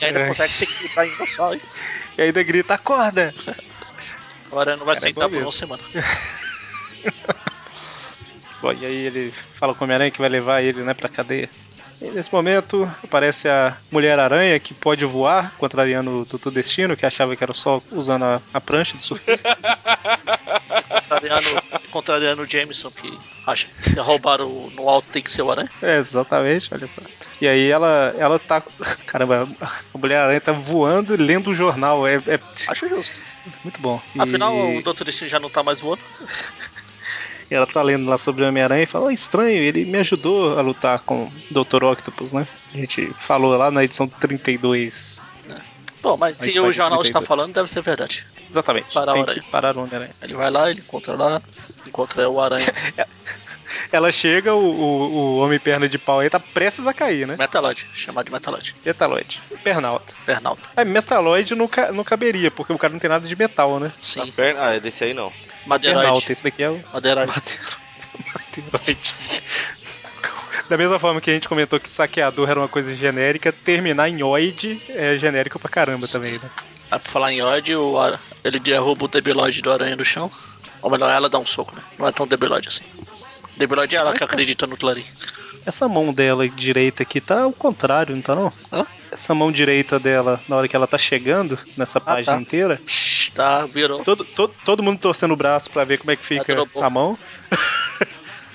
e ainda Ai. consegue se equilibrar ainda só, hein? E ainda grita, acorda! A aranha não vai Cara, sentar é bom por mesmo. uma semana. Bom, e aí ele fala com o Homem-Aranha que vai levar ele, né, pra cadeia. E nesse momento aparece a Mulher-Aranha que pode voar, contrariando o Tutu Destino, que achava que era só usando a, a prancha do surfista. Contrariando, contrariando o Jameson, que acha que roubaram o- no alto tem que ser o aranha. é, exatamente, olha só. E aí ela, ela tá. Caramba, a Mulher-Aranha tá voando e lendo o jornal. É, é Acho justo. muito bom. E Afinal, o Dr. Destino já não tá mais voando. ela tá lendo lá sobre o Homem-Aranha e fala: "Ah, estranho, ele me ajudou a lutar com o Dr. Octopus, né? A gente falou lá na edição 32. Bom, mas Mas se o faz jornal está 32. falando, deve ser verdade. Exatamente. Parar o tem Aranha. que parar o Homem-Aranha. Ele vai lá, ele encontra lá, encontra o aranha. Ela chega, o, o, o homem perna de pau aí tá prestes a cair, né? Metaloid, chamado de Metaloid. Metaloid. Pernalta. Bernaldo. É, Metaloid não, ca- não caberia, porque o cara não tem nada de metal, né? A Sim, perna. Ah, é desse aí não. Madeiroid. Pernalta, esse daqui é o Madeiroid. Mateiro- Materoid. Da mesma forma que a gente comentou que saqueador era uma coisa genérica, terminar em oid é genérico pra caramba também, né? Aí, Ah, pra falar em ódio, o Ara- ele derruba o debilóide do aranha no chão. Ou melhor, ela dá um soco, né? Não é tão debilóide assim. Debilóide é ela que acredita no Clarim. Essa mão dela direita aqui tá ao contrário, não tá não? Hã? Essa mão direita dela, na hora que ela tá chegando, nessa página tá. inteira, Psh, Tá, virou. Todo, todo, todo mundo torcendo o braço pra ver como é que fica Ela dropou. a mão.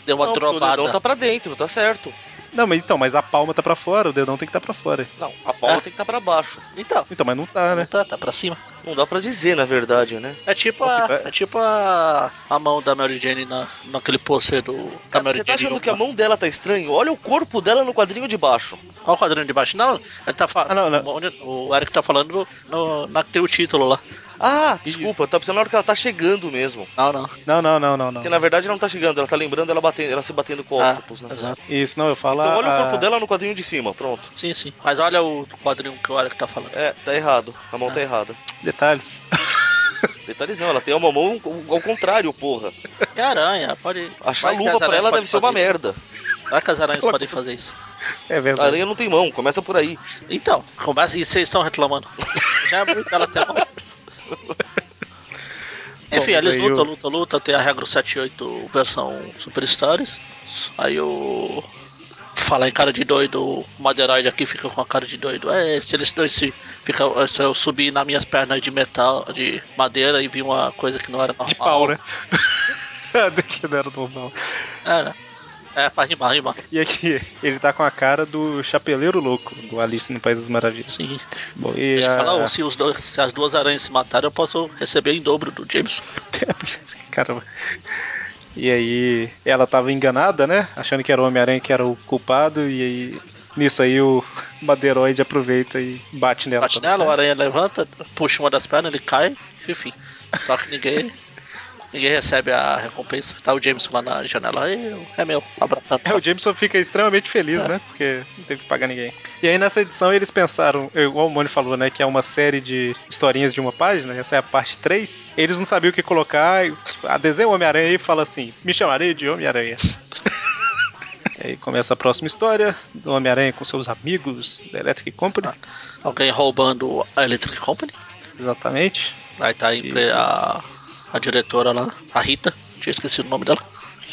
Deu uma não, porque O dedão trovada. tá pra dentro, tá certo. Não, mas então, mas a palma tá pra fora, o dedão tem que tá pra fora. Não, a palma É. tem que estar tá pra baixo. Então, Então, mas não tá, né? tá, tá pra cima. Não dá pra dizer, na verdade, né? É tipo Nossa, a, tá- é tipo a, a mão da Mary Jane na, naquele pôster do da Cara, Mary você tá Jane. achando no- que a mão dela tá estranha? Olha o corpo dela no quadrinho de baixo. Olha o quadrinho de baixo. Não, ele tá falando. Ah, não, não. O Eric tá falando no, na que tem o título lá. Ah, desculpa, tá precisando na hora que ela tá chegando mesmo. Não, não. Não, não, não, não, não. Porque na verdade ela não tá chegando, ela tá lembrando ela, batendo, ela se batendo com o Ah, octopus, né? Exato. Isso, não, eu ah, falo. Então olha a- o corpo dela no quadrinho de cima, pronto. Sim, sim. Mas olha o quadrinho que o Eric tá falando. É, tá errado. A mão tá errada. Detalhes. Detalhes não, ela tem uma mão ao contrário, porra. É aranha, pode. Achar vai que as luva pra aranhas ela podem deve ser uma fazer isso. merda. Vai que as aranhas podem fazer isso. É A verdade. aranha não tem mão, começa por aí. Então, começa e vocês estão reclamando. Já é muito ela ter uma- Enfim, Bom, eles daí lutam, o- lutam, lutam. Tem a regra 78 versão Super Stars. Aí o. Falar em cara de doido, o Maderoid aqui fica com a cara de doido. É, se eles dois se. Fica, se eu subir nas minhas pernas de metal, de madeira e vi uma coisa que não era normal. De pau, né? Do que não era normal. Era. É, pra rimar, rimar. E aqui, ele tá com a cara do Chapeleiro Louco, do Alice no País das Maravilhas. Sim. Bom, e Ele a- fala, "Oh, se, os dois, se as duas aranhas se matarem, eu posso receber em dobro do Jameson. Caramba. E aí, ela tava enganada, né? Achando que era o Homem-Aranha que era o culpado, e aí. Nisso aí o Madeiroid aproveita e bate nela. Bate também, nela, o né? aranha levanta, puxa uma das pernas, ele cai, enfim. Só que ninguém. Ninguém recebe a recompensa. Tá o Jameson lá na janela. "Ei, É meu, abraçado. É, o Jameson fica extremamente feliz, né? Porque não teve que pagar ninguém. E aí nessa edição eles pensaram, igual o Moni falou, né? Que é uma série de historinhas de uma página, essa é a parte 3. Eles não sabiam o que colocar, e a desenha o Homem-Aranha e fala assim: me chamarei de Homem-Aranha. E Aí começa a próxima história do Homem-Aranha com seus amigos da Electric Company. Alguém roubando a Electric Company. Exatamente. Aí tá a, empre- a, a diretora lá, a Rita. Tinha esquecido o nome dela.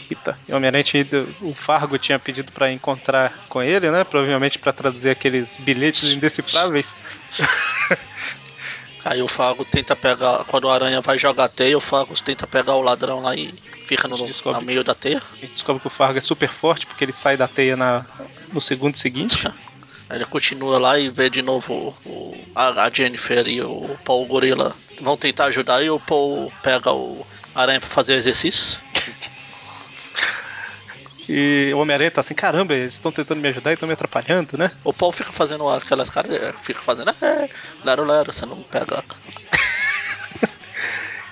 Rita. E o Homem-Aranha, tinha ido- o Fargo tinha pedido pra encontrar com ele, né? Provavelmente pra traduzir aqueles bilhetes indecifráveis. Aí o Fago tenta pegar. Quando a aranha vai jogar a teia, o Fago tenta pegar o ladrão lá e fica no, A gente descobre. no meio da teia. A gente descobre que o Fargo é super forte porque ele sai da teia na, no segundo seguinte. Aí Ele continua lá e vê de novo o, o- a a Jennifer e o Paul Gorila. Vão tentar ajudar e o Paul pega o aranha pra fazer exercício. E o Homem-Aranha tá assim: caramba, eles estão tentando me ajudar e estão me atrapalhando, né? O Paul fica fazendo aquelas caras, fica fazendo, é, lero, lero, você não pega.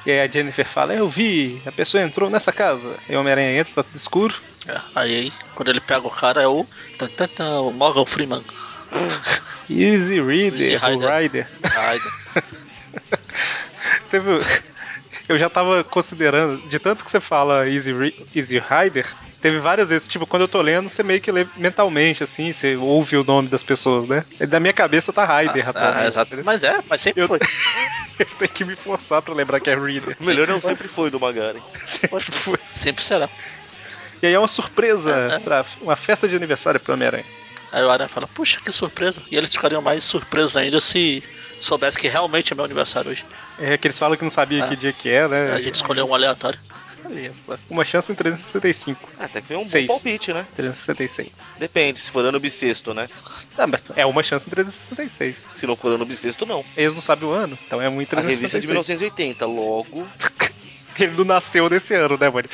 E aí a Jennifer fala: eu vi, a pessoa entrou nessa casa. E o Homem-Aranha entra, tá tudo escuro. É, aí, quando ele pega o cara, é o, tan, tan, tan, o Morgan Freeman. Easy Reader, Easy do Rider. Rider. Ai, Teve. Eu já tava considerando, de tanto que você fala Easy, Ri- Easy Rider, teve várias vezes, tipo, quando eu tô lendo, você meio que lê mentalmente, assim, você ouve o nome das pessoas, né? E Da minha cabeça tá Rider, rapaz. Ah, exato. Mas é, mas sempre Eu- foi. Eu tenho que me forçar pra lembrar que é Reader. O melhor é o sempre foi do Magari. Sempre foi. Sempre será. E aí é uma surpresa, Ah, ah. pra uma festa de aniversário pro Homem-Aranha. Aí o Aranha fala, puxa, que surpresa. E eles ficariam mais surpresos ainda se soubesse que realmente é meu aniversário hoje. É que eles falam que não sabia Ah. que dia que é, né? A gente escolheu um aleatório. Olha só. Uma chance em 365. Ah, até que foi um Seis. bom palpite, né? 366. Depende, se for dando bissexto, né? Ah, mas é uma chance em 366. Se não for dando bissexto, não. Eles não sabem o ano, então é muito A revista é de 366. 1980, logo. Ele não nasceu nesse ano, né, mano?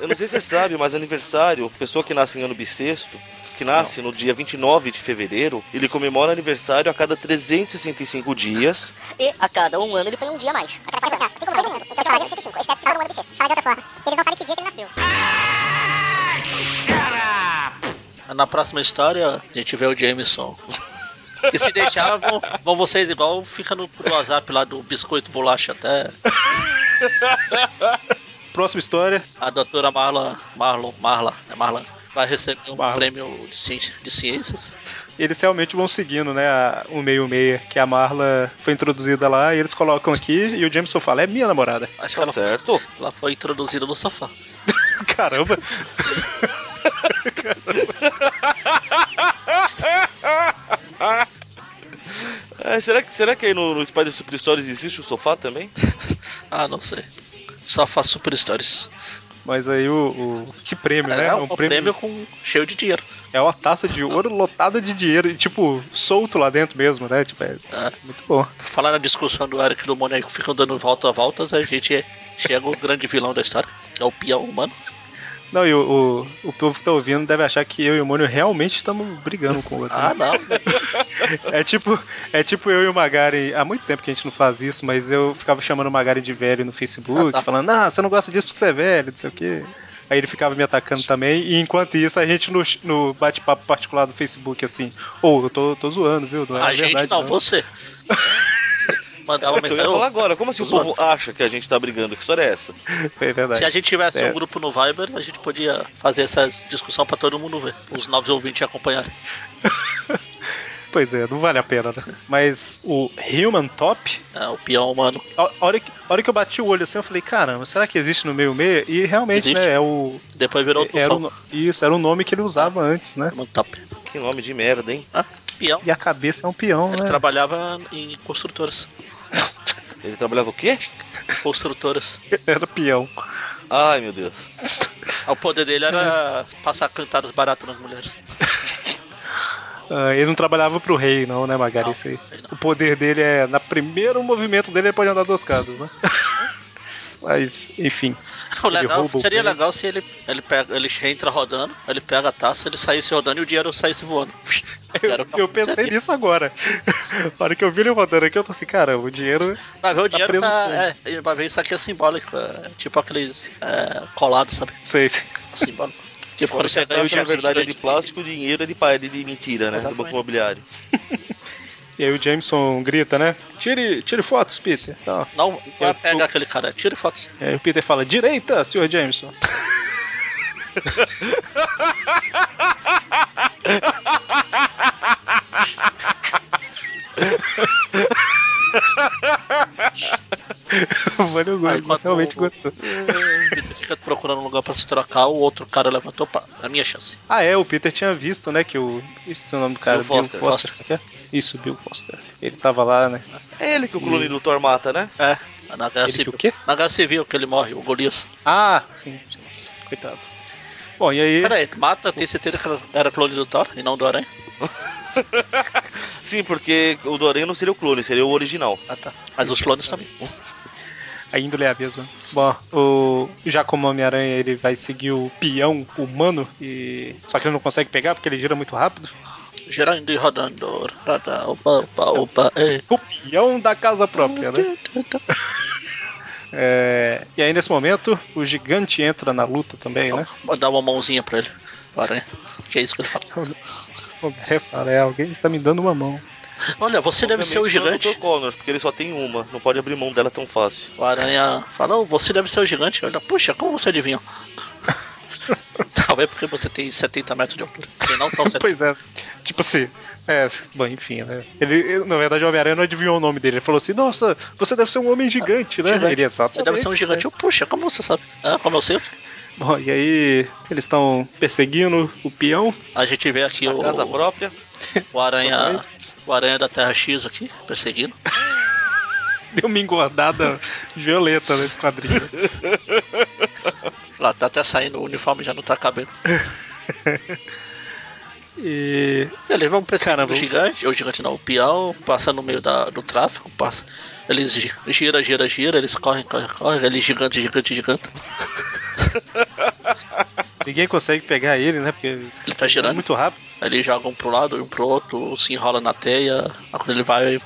Eu não sei se você sabe, mas aniversário, pessoa que nasce em ano bissexto, que nasce no dia 29 de fevereiro, ele comemora aniversário a cada 365 dias. E a cada um ano ele põe um dia a mais. A cada quatro anos, assim, como todo mundo. Então, seu horário é 65, exceto se for no ano bissexto. Fala de outra forma. Eles não sabem que dia que ele nasceu. Na próxima história, a gente vê o Jameson. E se deixar, vão, vão vocês igual fica no no WhatsApp lá do biscoito bolacha até. Próxima história. A doutora Marla. Marlon. Marla. É Marla. Vai receber um Marla. prêmio de, ci- de ciências. Eles realmente vão seguindo, né? a- O meio meia, que a Marla foi introduzida lá, e eles colocam aqui, e o Jameson fala, é minha namorada. Acho que Tá ela, certo? ela foi introduzida no sofá. Caramba! É, será, que, será que aí no, no Spider Super Stories existe o sofá também? Ah, não sei. Sofá Super Stories. Mas aí o. o- que prêmio, né? É, um, prêmio, com, cheio de dinheiro. É uma taça de ouro lotada de dinheiro e, tipo, solto lá dentro mesmo, né? Tipo, é É. muito bom. Falar na discussão do Eric e do Mônico ficam dando volta a voltas, a gente chega ao grande vilão da história, que é o peão humano. Não, e o, o, o povo que tá ouvindo deve achar que eu e o Mônio realmente estamos brigando um com o outro. né? Ah, não. É tipo, é tipo eu e o Magari. Há muito tempo que a gente não faz isso, mas eu ficava chamando o Magari de velho no Facebook, Ah, tá. falando, ah, você não gosta disso porque você é velho, não sei o quê. Aí ele ficava me atacando também, e enquanto isso, a gente no, no bate-papo particular do Facebook, assim, ou eu tô, tô zoando, viu? Não é a gente tá verdade, É não, você. Você Mandava Eu mensagem. ia falar "Ô, agora, como assim o povo acha que a gente tá brigando? Que história é essa? É verdade. Se a gente tivesse É. um grupo no Viber, a gente podia fazer essa discussão pra todo mundo ver. Os novos ouvintes acompanharem. Pois é, não vale a pena, né? Mas o Human Top, É, o peão humano. a a hora que, a hora que eu bati o olho assim, eu falei, caramba, será que existe no meio meio? E realmente, Existe. né, é o. Depois virou o Era Tufão. o no- isso, era o nome que ele usava antes, né? Mano, top. Que nome de merda, hein? Ah, peão. E a cabeça é um peão, Ele né? trabalhava em construtoras. Ele trabalhava o quê? Construtoras. Era peão. Ai, meu Deus. O poder dele era É. passar cantadas baratas nas mulheres. Ah, ele não trabalhava pro rei, não, né, Magari? Não, Isso aí. rei não. O poder dele é. Na primeiro movimento dele, ele pode andar duas casas, né? Mas, enfim. O Ele legal, rouba o seria prêmio. legal se ele, ele, pega, ele entra rodando, ele pega a taça, ele saísse rodando e o dinheiro saísse voando. Eu, eu pensei nisso agora. Na hora que eu vi ele rodando aqui, eu tô assim, cara, o dinheiro. Vai ver o dinheiro preso tá, no é, ele vai ver isso aqui é simbólico, é, tipo aqueles é, colados, sabe? É Não sei. Simbólico. tipo quando você Quando ganha o taça, na dinheiro. verdade, é você de plástico, dinheiro é de, pa- de de mentira, né? Do Exatamente. banco imobiliário. E aí o Jameson grita, né? Tire, tire fotos, Peter. Então, Não, não vai Eu- pegar aquele cara, tira fotos. e aí o Peter fala, direita, senhor Jameson. o Mano Aí, Gomes quando realmente o- gostou. Ele fica procurando um lugar pra se trocar, o outro cara levantou, pá, a minha chance. Ah, é, o Peter tinha visto, né, que o... Isso é o nome do cara, Bill Foster. né? Isso, Bill Foster. Ele tava lá, né? É ele que o clone do Thor mata, né? É, na Guerra Ele que Civil. o quê? Na Guerra Civil que ele morre, o Golias. Ah, sim, sim. Coitado. Bom, e aí... Pera aí, mata, tem certeza que era- era clone do Thor e não do Aranha? Sim, porque o do Aranha não seria o clone, seria o original. Ah tá. Mas os clones também. A índole é a mesma. Bom, o já como Homem-Aranha ele vai seguir o peão humano e só que ele não consegue pegar porque ele gira muito rápido. Girando e rodando. Rada, opa, opa, opa. ei. O peão da casa própria, né? É, E aí nesse momento o gigante entra na luta também, né? Vou dar uma mãozinha pra ele. Para, Que é isso que ele fala. O Homem-Aranha fala, é, alguém está me dando uma mão. Olha, você deve ser o Obviamente não é gigante. Dr. Connor, porque ele só tem uma, não pode abrir mão dela tão fácil. O aranha falou, você deve ser o gigante. Ele, Puxa, como você adivinha? Talvez porque você tem 70 metros de altura. Quem não tão 70. Pois é. Tipo assim. É, bom, enfim, né? Ele, ele- na verdade, o Homem-Aranha não adivinhou o nome dele. Ele falou assim: Nossa, você deve ser um homem gigante, né? Gigante. Ele exatamente. né? Você deve ser um gigante. Eu, Puxa, como você sabe? Ah, como eu sei? Bom, e aí eles estão perseguindo o peão. A gente vê aqui Na o, casa própria, o aranha. O aranha da Terra X aqui, perseguindo. Deu uma engordada violenta nesse quadrinho. Lá tá até saindo, o uniforme já não tá cabendo. E Eles vão perseguindo Caramba. o gigante, o gigante não, o peão, passa no meio da- do tráfego, passa. Eles gi- gira, gira, gira, eles correm, correm, correm, ele gigante, gigante, gigante. ninguém consegue pegar ele, né? Porque ele Ele tá é girando. muito rápido. Aí Eles jogam pro lado e um pro outro, se enrola na teia. Aí Quando ele vai,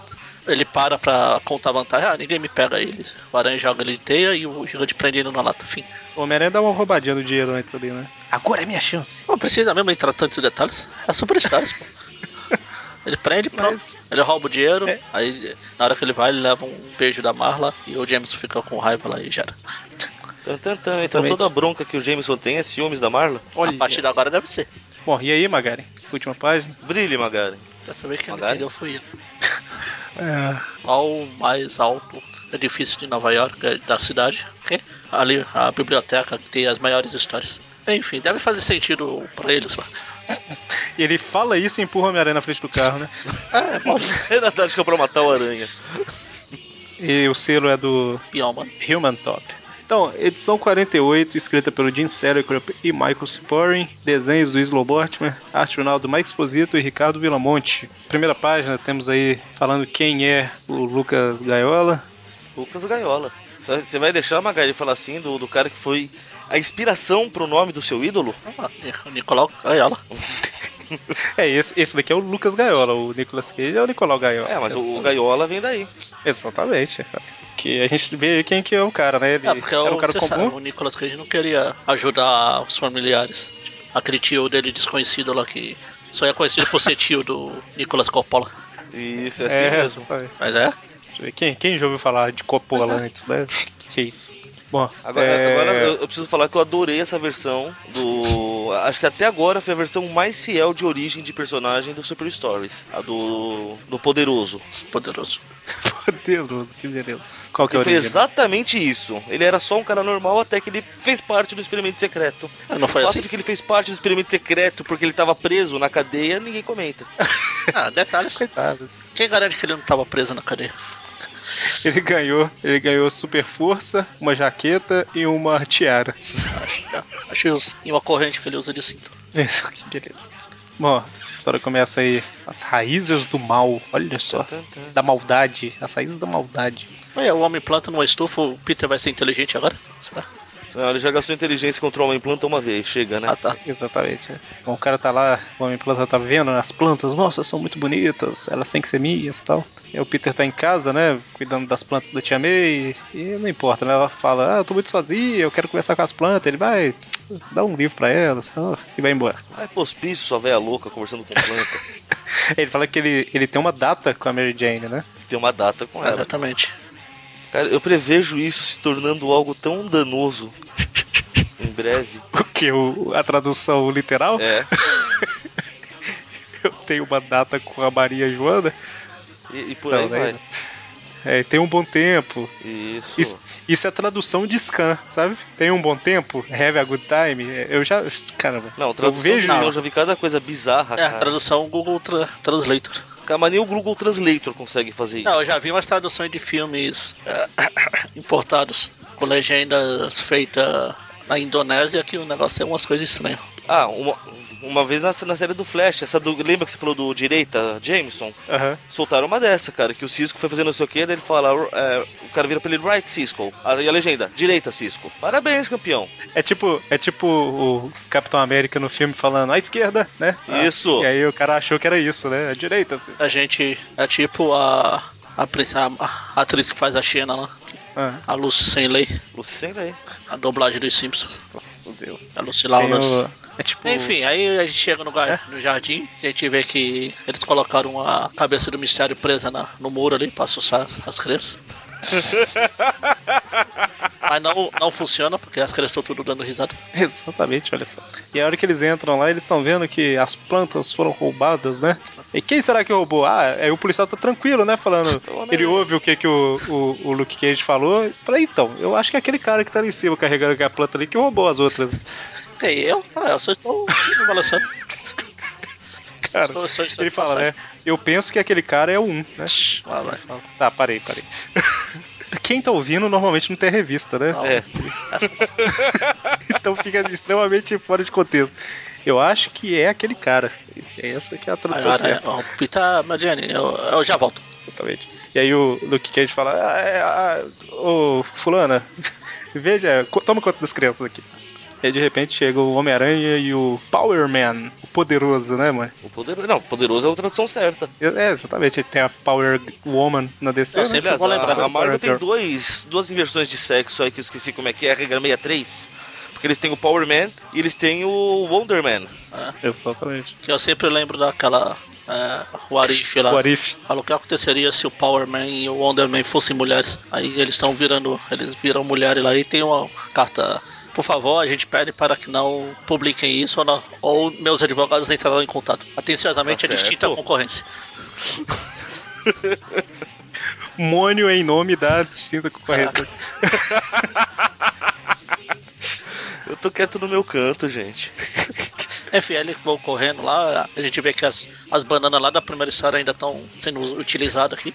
ele para pra contar vantagem. Ah, ninguém me pega ele. O aranha joga ele de teia e o gigante prende ele na lata. Fim. O Homem-Aranha dá uma roubadinha no dinheiro antes ali, né? Agora é minha chance. Não precisa mesmo entrar tantos detalhes. É super Stars, pô. Ele prende, pronto. Mas- Ele rouba o dinheiro. É. Aí, na hora que ele vai, ele leva um beijo da Marla. E o Jameson fica com raiva lá e gera. tan, tan, tan, então Exatamente. toda a bronca que o Jameson tem é ciúmes da Marla. Olha. A partir de agora deve ser. Bom, e aí, Magari? Última página. Brilhe, Magari. Dessa vez quem não Magari? entendeu fui eu. É, Qual o mais alto edifício de Nova York, é, da cidade? Que? Ali, a biblioteca que tem as maiores histórias. Enfim, deve fazer sentido pra eles lá. E ele fala isso e empurra o Homem-Aranha na frente do carro, né? É, bom, É na tática pra matar o aranha. E o selo é do pião, mano. Human Top. Então, edição 48, escrita pelo Jim Selicrup e Michael Ciporin, desenhos do Islo Bortman, arte final do Mike Exposito e Ricardo Vilamonte. Primeira página, temos aí falando quem é o Lucas Gaiola. Lucas Gaiola. Você vai deixar, Magari, falar assim do, do cara que foi a inspiração pro nome do seu ídolo? Ah, Nicolau Gaiola. É, esse, esse daqui é o Lucas Gaiola, o Nicolas Cage é o Nicolau Gaiola. É, mas o, o Exatamente. Gaiola vem daí. Exatamente. Que a gente vê aí quem que é o cara, né? Ele É, porque era um o, cara você sabe, né? comum. o Nicolas Cage não queria ajudar os familiares. Aquele tio dele desconhecido lá que só é conhecido por ser tio do Nicolas Coppola. Isso, é assim mesmo. exatamente. Mas é, Deixa eu ver, Quem, quem já ouviu falar de Coppola Pois é. antes, né? Que isso. Bom, Agora, é, agora eu, eu preciso falar que eu adorei essa versão do. Acho que até agora foi a versão mais fiel de origem de personagem do Super Stories. A do. do Poderoso. poderoso. Poderoso, que beleza. Qual que é a Que foi né? origem? exatamente isso. Ele era só um cara normal até que ele fez parte do experimento secreto. Ah, Não foi o fato assim? de que ele fez parte do experimento secreto porque ele tava preso na cadeia, ninguém comenta. Ah, detalhes. Coitado. Quem garante que ele não tava preso na cadeia? Ele ganhou, ele ganhou super força, uma jaqueta e uma tiara. Acho, acho justo. E uma corrente que ele usa de cinto. Isso, que beleza. Bom, a história começa aí. As raízes do mal, olha só. Da maldade, as raízes da maldade. Olha, o homem planta numa estufa, o Peter vai ser inteligente agora? Será? Não, ele já gastou inteligência contra uma implanta uma vez, chega, né? Ah, tá. Exatamente. é. Bom, o cara tá lá, o homem planta tá vendo as plantas, nossa, são muito bonitas, elas têm que ser minhas e tal. E aí o Peter tá em casa, né, cuidando das plantas da tia May, e não importa, né, ela fala, ah, eu tô muito sozinha, eu quero conversar com as plantas, ele vai, dá um livro pra elas tal, e vai embora. Ai, pospício, sua velha louca conversando com planta. Ele fala que ele, ele tem uma data com a Mary Jane, né? Tem uma data com ela. Exatamente. Cara, eu prevejo isso se tornando algo tão danoso em breve. O que? O, a tradução literal? É. Eu tenho uma data com a Maria Joana, E, e por Não, aí daí vai. é, tem um bom tempo, Isso. Isso, isso é a tradução de scan, sabe? Tem um bom tempo, have a good time. É, Eu já. Caramba. Não, tradução Eu vejo não, isso. eu já vi cada coisa bizarra, É, a cara. tradução Google tra Translator. Cara, Mas nem o Google Translator consegue fazer isso. Não, eu já vi umas traduções de filmes eh, importados com legendas feitas na Indonésia que o negócio é umas coisas estranhas. Ah, uma, uma vez na, na série do Flash, essa do, lembra que você falou do direita, Jameson? Aham. Soltaram uma dessa, cara, que o Cisco foi fazendo não sei o que, daí ele fala, é, o cara vira pra ele, right, Cisco. Aí a legenda, direita, Cisco. Parabéns, campeão. É tipo, é tipo o Capitão América no filme falando à esquerda, né? Isso. E É. aí o cara achou que era isso, né? À direita, assim. A gente é tipo a, a, princ- a- a atriz que faz a Xena lá. Ah, A Lucy sem lei. Lucena aí. A dublagem dos Simpsons. nossa Deus. A Lucy Tem Lawless. o- É tipo. Enfim, aí a gente chega no, É. ga- no jardim, a gente vê que eles colocaram a cabeça do mistério presa na- no muro ali pra assustar as, as crianças. Mas não, não funciona, porque as crianças estão tudo dando risada. Exatamente, olha só. E a hora que eles entram lá, eles estão vendo que as plantas foram roubadas, né? E quem será que roubou? Ah, aí o policial tá tranquilo, né? Falando. Ele ouve o que, que o, o, o Luke Cage falou. e Fala, então, eu acho que é aquele cara que tá ali em cima carregando aquela planta ali que roubou as outras. Que eu? Ah, eu só estou me balançando. Cara, Estou- estou- estou ele de fala, né? passagem. Eu penso que aquele cara é o um, né? Ah, vai. Tá, parei, parei. Quem tá ouvindo normalmente não tem revista, né? Não. É. Essa- Então fica extremamente fora de contexto. Eu acho que é aquele cara. Isso- é Essa que é a tradução Agora, certa, é, ó, Pita Madiani, eu, eu já volto. exatamente. E aí o Luke Cage fala: ah, é, ah, Ô, Fulana, veja, co- toma conta das crianças aqui. E aí, de repente chega o Homem-Aranha e o Power Man, o poderoso, né, mano? O poderoso. Não, poderoso é a tradução certa. É, exatamente, tem a Power Woman na DC. é Eu né? sempre Aliás, vou a, lembrar. a Marvel tem Power dois, duas inversões de sexo aí que eu esqueci como é que é, a regra 63. Porque eles têm o Power Man e eles têm o Wonder Man. Exatamente. Que eu sempre lembro daquela. É, o Arif lá. O Arif. Falou o que aconteceria se o Power Man e o Wonder Man fossem mulheres. Aí eles estão virando, eles viram mulheres lá e tem uma carta. Por favor, a gente pede para que não publiquem isso ou, não- ou meus advogados entrarão em contato. Atenciosamente, Tá a distinta certo. concorrência. Mônio em nome da distinta concorrência. Eu tô quieto no meu canto, gente. Enfim, aí eles vão correndo lá, a gente vê que as, as bananas lá da primeira história ainda estão sendo us- utilizadas aqui.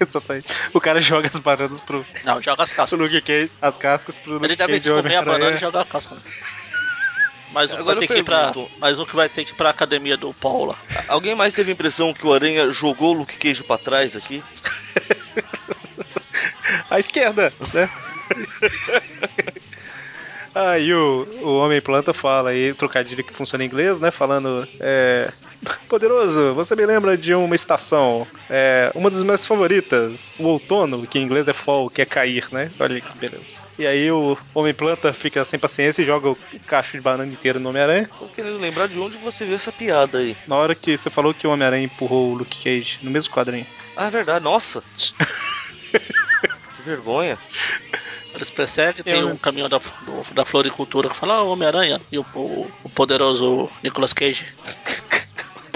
Exatamente. O cara joga as bananas pro, Não, joga as pro cascas. Luke Cage, as cascas pro Luke Ele deve Cage e comer a Homem-Aranha. banana e jogar a casca. né? Mais um, que vai Agora ter eu que ir pra, pergunto. mais um que vai ter que ir pra academia do Paulo lá. Alguém mais teve a impressão que o Aranha jogou o Luke Cage pra trás aqui? à esquerda, né? Aí o, o Homem-Planta fala aí, trocadilho que funciona em inglês, né? Falando, é... Poderoso, você me lembra de uma estação, é, uma das minhas favoritas, o outono, que em inglês é fall, que é cair, né? Olha que beleza. E aí o Homem-Planta fica sem paciência e joga o cacho de banana inteiro no Homem-Aranha. Tô querendo lembrar de onde você viu essa piada aí. Na hora que você falou que o Homem-Aranha empurrou o Luke Cage no mesmo quadrinho. Ah, é verdade, nossa. Que vergonha. Eles perseguem, tem Eu, né? um caminhão da, do- da floricultura que fala, ah, Homem-Aranha, e o, o, o poderoso Nicolas Cage.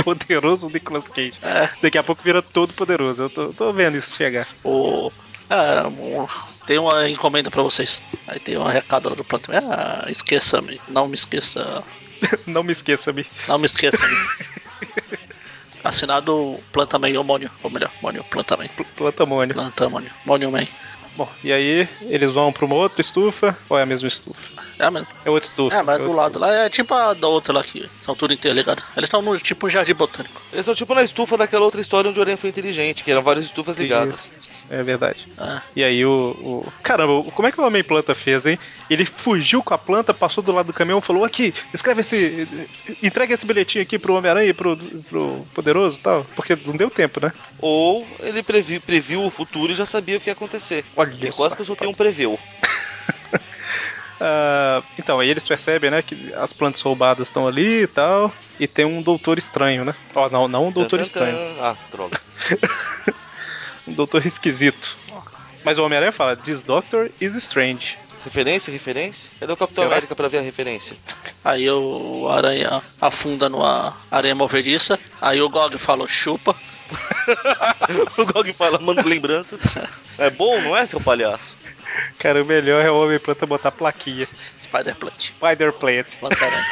Poderoso Nicolas Cage. É, Daqui a pouco vira todo poderoso. Eu tô- tô vendo isso chegar. o. É, um- tem uma encomenda pra vocês. Aí tem um recado lá do plantão. Ah, esqueça-me, não me esqueça. Não me esqueça, me. Não me esqueça. Assinado Plantaman ou Mônio. Ou melhor, Mônio, Plantaman. Platamônio. Plantamônio. Mônio Man. Bom, e aí eles vão pra uma outra estufa? Ou é a mesma estufa? É mesmo. É outra estufa. Ah, É, mas é do outra lado estufa. lá é tipo a da outra lá que são tudo interligadas. Eles estão no tipo um jardim botânico. Eles são tipo na estufa daquela outra história onde o Aranha foi inteligente, que eram várias estufas ligadas. Isso, É verdade. É. E aí o, o- Caramba, o- como é que o Homem Planta fez, hein? Ele fugiu com a planta, passou do lado do caminhão falou: aqui, escreve esse. Entrega esse bilhetinho aqui pro Homem-Aranha e pro, pro Poderoso e tal. Porque não deu tempo, né? Ou ele previ- previu o futuro e já sabia o que ia acontecer. Olha Eu quase que eu soltei um preveu. Ah, então, aí eles percebem, né, que as plantas roubadas estão ali e tal. E tem um doutor estranho, né? Ó, não, não um doutor Tan, tan, estranho. tan. Ah, droga. Um doutor esquisito. Mas o Homem-Aranha fala, This Doctor is Strange. Referência, referência? Cadê o Capitão Será? América pra ver a referência? Aí o aranha afunda numa areia movediça. Aí o Gog falou chupa. o Gog fala, manda lembranças. É bom, não é, seu palhaço? Cara, o melhor é o Homem-Planta botar plaquinha. Spider-Plant. Spider Plant. Plantaranha.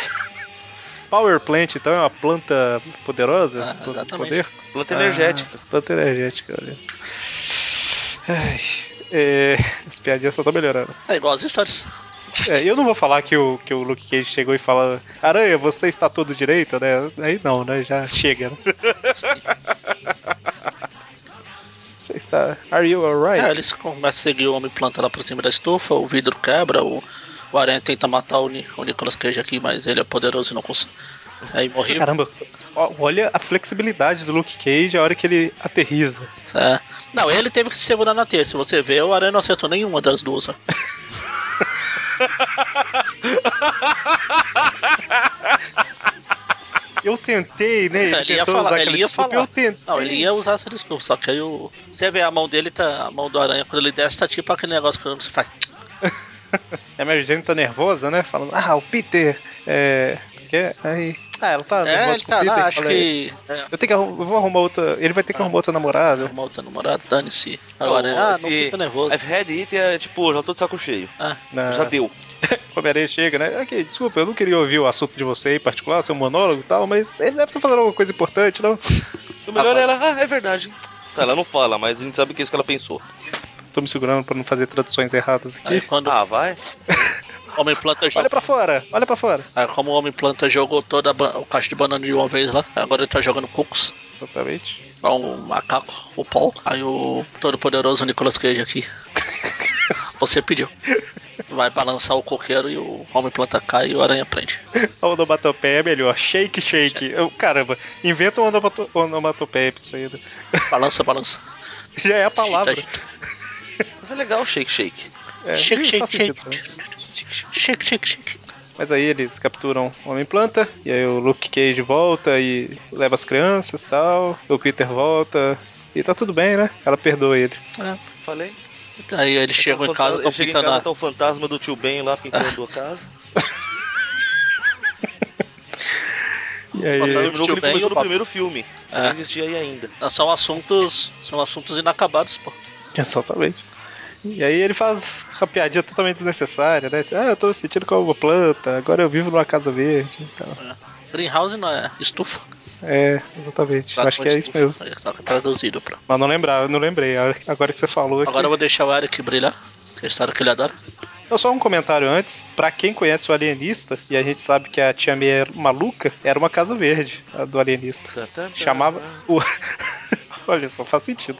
Power Plant, então, é uma planta poderosa? Ah, Planta de exatamente. Planta energética. Ah, planta energética, olha. Ai, é, as piadinhas só estão melhorando. É igual as histórias. É, eu não vou falar que o, que o Luke Cage chegou e fala Aranha, você está todo direito, né? Aí não, né? Já chega, né? Você está... Are you É, alright? eles começam a seguir o homem planta lá por cima da estufa, o vidro quebra, o, o aranha tenta matar o, Ni- o Nicolas Cage aqui, mas ele é poderoso e não consegue. Aí morreu. Caramba, ó, olha a flexibilidade do Luke Cage a hora que ele aterriza. É. Não, ele teve que se segurar na teia. Se você ver, o Aranha não acertou nenhuma das duas. ó. Eu tentei, né? Ele, Ele ia tentou falar, usar ele aquela ia desculpa, falar. Eu tentei. Não, ele ia usar essa desculpa, só que aí o. Você vê a mão dele, tá. A mão do aranha, quando ele desce, tá tipo aquele negócio quando você faz. A Mary Jane tá nervosa, né? Falando, ah, o Peter. É. Que é? Aí. Ah, ela tá É, nervosa ele com tá o Peter. lá, acho fala aí, que. É, Eu tenho que arrum- eu vou arrumar outra. Ele vai ter que arrumar outra namorada. uma outra namorada, tá dane-se. Agora, Não, ah, não esse fica nervoso. I've had it é tipo, já tô de saco cheio. Ah, Na- Já deu. O Homem-Aranha chega, né? Aqui, desculpa, eu não queria ouvir o assunto de você em particular, seu monólogo e tal, mas ele deve estar falando alguma coisa importante, não? O melhor Ah, é ela, ah, é verdade. Tá, ela não fala, mas a gente sabe que é isso que ela pensou. Tô me segurando pra não fazer traduções erradas aqui. aí quando Ah, vai. o homem planta Olha jogou. pra fora, olha pra fora. Aí como o homem planta jogou toda a ba- o caixa de banana de uma vez lá, agora ele tá jogando cookies. Exatamente. Lá um macaco, o pau. Aí o todo-poderoso Nicolas Cage aqui. Você pediu. Vai balançar o coqueiro e o homem planta cai e o aranha prende. A onomatopeia é melhor. Shake, shake. Eu- caramba, inventa uma onomato- onomatopeia pra isso aí. né? Balança, balança. Já é a palavra. Agita, Mas é legal o shake shake. É, Shake, faz shake, sentido, shake. né? Chique, chique, chique. Mas aí eles capturam o Homem-Planta, e aí o Luke Cage volta e leva as crianças e tal. O Peter volta. E tá tudo bem, né? Ela perdoa ele. É. Falei. Aí eles chegam Tá em o fantasma- casa, estão chega em pintando casa, a... tá o fantasma do tio Ben lá pintando a casa. E O aí, fantasma do tio tio Ben Ben e começou o Tá no Papa. primeiro filme. É. Não existia aí ainda. Ah, São assuntos. São assuntos inacabados, pô. Exatamente. E aí ele faz uma piadinha totalmente desnecessária, né? Ah, eu tô me sentindo como uma planta, agora eu vivo numa casa verde. Então, Greenhouse não é estufa. é, exatamente. Eu acho que é isso mesmo. Aí Tá traduzido pra. Mas não lembrava, não lembrei. Agora que você falou aqui. Agora eu vou deixar o Eric brilhar. Que é a história que ele adora. Então, só um comentário antes. Pra quem conhece o Alienista, e a gente sabe que a Tia May era maluca, era uma casa verde, a do Alienista. Tan, tan, tan. Chamava o. Olha só, faz sentido.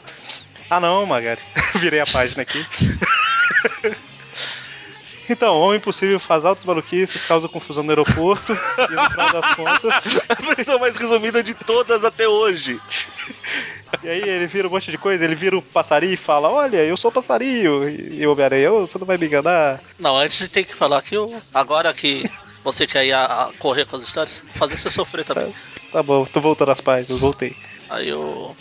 Ah não, Magari. Virei a página aqui. Então, Homem Impossível faz altos maluquices, causa confusão no aeroporto, e no final das contas. A versão mais resumida de todas até hoje. E aí ele vira um monte de coisa, ele vira um passarinho e fala: Olha, eu sou passarinho. E o Homem-Aranha, "Ô, você não vai me enganar. Não, antes tem que falar que eu, agora que você quer ir a, a correr com as histórias, fazer você sofrer também. Tá bom, tô voltando às páginas, voltei. Aí o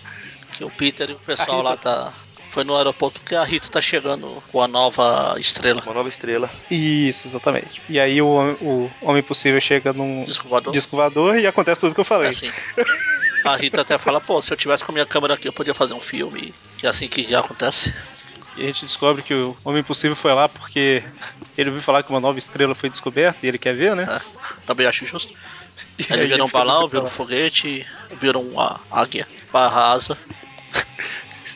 que o Peter e o pessoal lá tá foi no aeroporto que a Rita tá chegando com a nova estrela. Uma nova estrela. Isso, exatamente. E aí o, Homem- o Homem Impossível chega num Disco voador. disco voador e acontece tudo que eu É falei. assim. A Rita até fala, pô, se eu tivesse com a minha câmera aqui, eu podia fazer um filme. Que é assim que já acontece. E a gente descobre que o Homem Impossível foi lá porque ele ouviu falar que uma nova estrela foi descoberta e ele quer ver, né? né? Também acho justo. E Aí ele vira um fica balão, vira um decepcionado. foguete, vira uma águia, barra asa.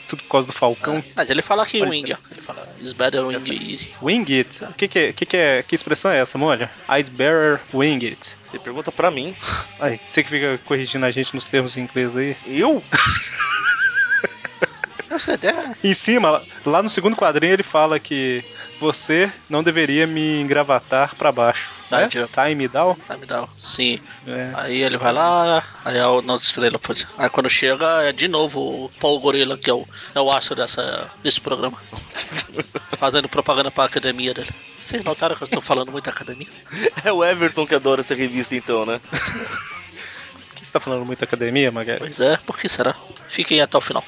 Tudo por causa do Falcão. Então, Mas ele fala que Olha, o India. Ele fala, is better India. Wing it. Ah. O que que, é- que que é? Que expressão é essa, Mônica? I'd bearer wing it. Você pergunta pra mim. Aí, você que fica corrigindo a gente nos termos em inglês aí. Eu? Não sei, até Em cima, lá no segundo quadrinho, ele fala que você não deveria me engravatar pra baixo. Ah, Né? tio. Time down. Tá, me dá. Sim. É. Aí ele vai lá, aí é o nosso estrela. putz. Aí quando chega, é de novo o Paul Gorila, que é o, é o astro dessa, desse programa. Fazendo propaganda pra academia dele. Vocês notaram que eu estou falando muito academia? É o Everton que adora essa revista então, né? Por que você tá falando muito academia, Magali? Pois é, por que será? Fiquem até o final.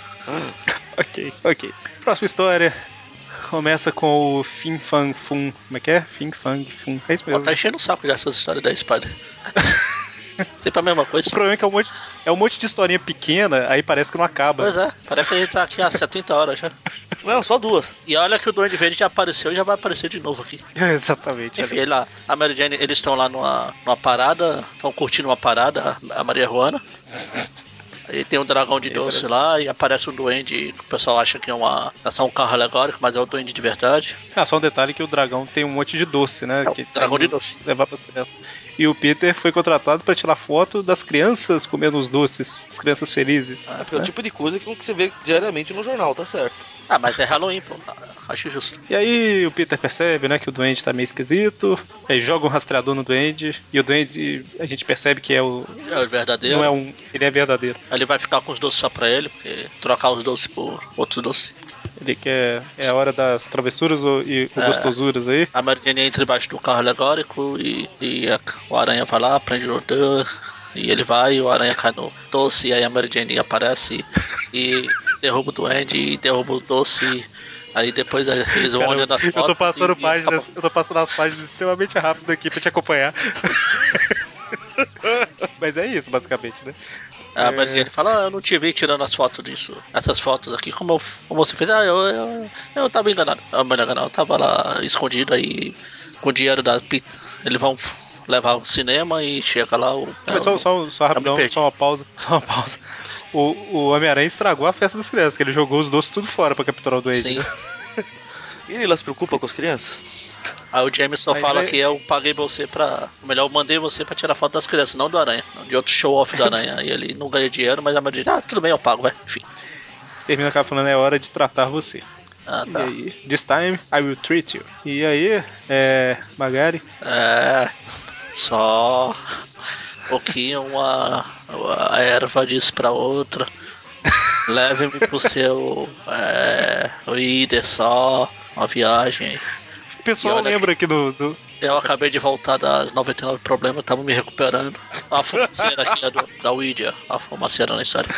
Ok, ok. Próxima história. Começa com o Fin Fang Fun. Como é que é? Fin Fang Fun. É isso Pô, mesmo. tá enchendo o saco já essas histórias da Spider. Sempre a mesma coisa. O problema é que é um monte, é um monte de historinha pequena, aí parece que não acaba. Pois é, parece que a gente tá aqui há 70 horas já. Não, só duas. E olha que o Duende Verde já apareceu e já vai aparecer de novo aqui. Exatamente. é. é. Enfim, olha. ele lá, a Mary Jane, eles estão lá numa, numa parada, estão curtindo uma parada, a Maria Juana. Aí tem um dragão É de doce lá e aparece um duende que o pessoal acha que é, uma, é só um carro alegórico, mas é o duende de verdade. Ah, só um detalhe que o dragão tem um monte de doce, né? que É dragão tem de doce. que Levar pras crianças. E o Peter foi contratado pra tirar foto das crianças comendo os doces, as crianças felizes. Ah, é É porque é o tipo de coisa que você vê diariamente no jornal, tá certo? Ah, mas é Halloween, pô. Acho justo. E aí o Peter percebe, né, que o Duende tá meio esquisito. Aí joga um rastreador no Duende. E o Duende, a gente percebe que é o. É o verdadeiro. Não é um. Ele é verdadeiro. Ele vai ficar com os doces só pra ele, porque trocar os doces por outros doces. Ele quer. É a hora das travessuras ou- e ou É. gostosuras aí. A Mary Jane entra embaixo do carro alegórico e, e a, o aranha vai lá, prende o Dan, e ele vai, e o aranha cai no doce, e aí a Mary Jane aparece e derruba o duende e derruba o doce. Aí depois eles vão Cara, olhando as eu fotos tô passando e- e páginas, eu tô passando as páginas extremamente rápido aqui pra te acompanhar. Mas é isso, basicamente, né? A a Mary Jane fala, ah, eu não te vi tirando as fotos disso, essas fotos aqui, como, eu f- como você fez? Ah, eu, eu, eu tava enganado. Ah, mas não, enganado, eu tava lá escondido aí com o dinheiro da pi- Eles vão levar ao cinema e chega lá o. Mas só, um só, só rapidão, perdi. só uma pausa, só uma pausa. O, o Homem-Aranha estragou a festa das crianças, que ele jogou os doces tudo fora pra capturar o doente. Sim. E ele lá se preocupa com as crianças? Aí o James só Mas fala é- que eu paguei você pra. ou Melhor, eu mandei você pra tirar foto das crianças, não do aranha. não De outro show-off do aranha. Aí ele não ganha dinheiro, mas a mãe diz: Ah, tudo bem, eu pago, vai. Enfim. Termina o cara falando, é hora de tratar você. Ah, tá. E aí, this time I will treat you. E aí, é, Magari, É. Só. Um pouquinho uma, uma erva disse pra outra. Leve-me pro seu. É. O Ider só. Uma viagem. o pessoal E olha lembra aqui do, do- Eu acabei de voltar das 99 problemas, tava me recuperando. A fumaceira aqui é do, da Ouija. A fumaceira na história.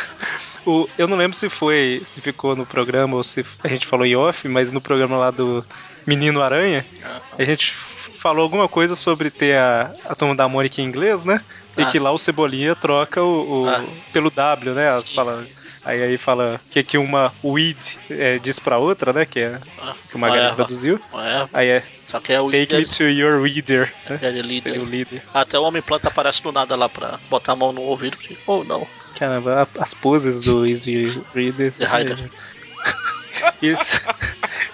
O- eu não lembro se foi, se ficou no programa ou se a gente falou em off, mas no programa lá do Menino Aranha, Ah. a gente f- falou alguma coisa sobre ter a, a turma da Mônica em inglês, né? E Ah. que lá o Cebolinha troca o, o- Ah. pelo W, né? As Sim. palavras. Aí aí fala o que que uma weed é, diz pra outra, né? Que é Ah, que o Magalhães erva. traduziu. Uma erva. Aí é Só que é o Take líder, it to your reader, né? é o líder. Seria o líder. Até o homem planta aparece do nada lá pra botar a mão no ouvido. tipo, Ou não. Caramba, a- as poses do Easy Reader. The Rider. Isso.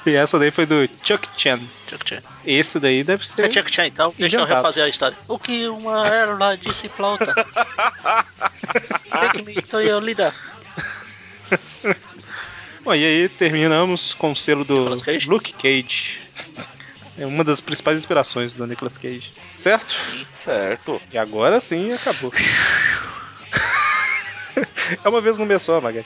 E essa daí foi do Chuck Chan. Chuck Chan. Esse daí deve ser. É Chuck Chan, então. Deixa eu Inventado. refazer a história. O que uma erva disse planta? Take me então to your leader. Bom, e aí terminamos com o selo do Nicolas Cage? Luke Cage. É uma das principais inspirações do Nicolas Cage. Certo? Certo. E agora sim acabou. é uma vez no mês só, Magali.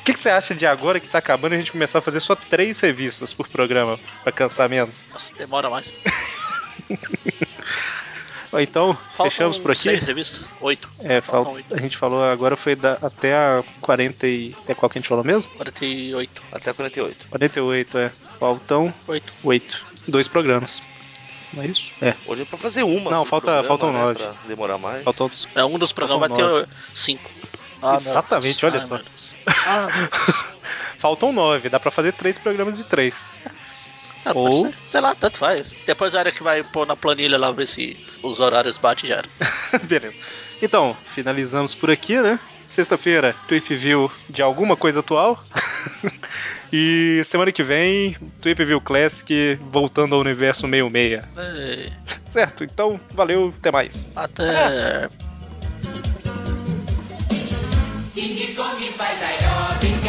O que, que você acha de agora que tá acabando a gente começar a fazer só três revistas por programa pra cansar menos? Nossa, demora mais. Ó, Então, Faltam fechamos por aqui. Seis revistas? Oito. É, Faltam fal- oito. a gente falou agora foi da- até a 40 e. Até qual que a gente falou mesmo? 48. Até 48. 48, é. Faltam Oito. oito. Dois programas. Não é isso? É. Hoje é pra fazer uma. Não, por falta- faltam nove. né? Pra demorar mais. Faltam outros. É um dos programas, vai Faltam ter cinco. Ah, meu Exatamente, Deus. olha Ah, só. meu Deus. Ah, meu Deus. Faltam nove, dá pra fazer três programas de três. Ah, Ou- pode ser. Sei lá, tanto faz. Depois a área que vai pôr na planilha lá, ver se os horários batem já era. Beleza. Então, finalizamos por aqui, né? Sexta-feira, Tweep View de alguma coisa atual. e semana que vem, Tweep View Classic voltando ao universo meio-meia. É, Certo? Então, valeu, até mais. Até. King Kong faz aeróbico.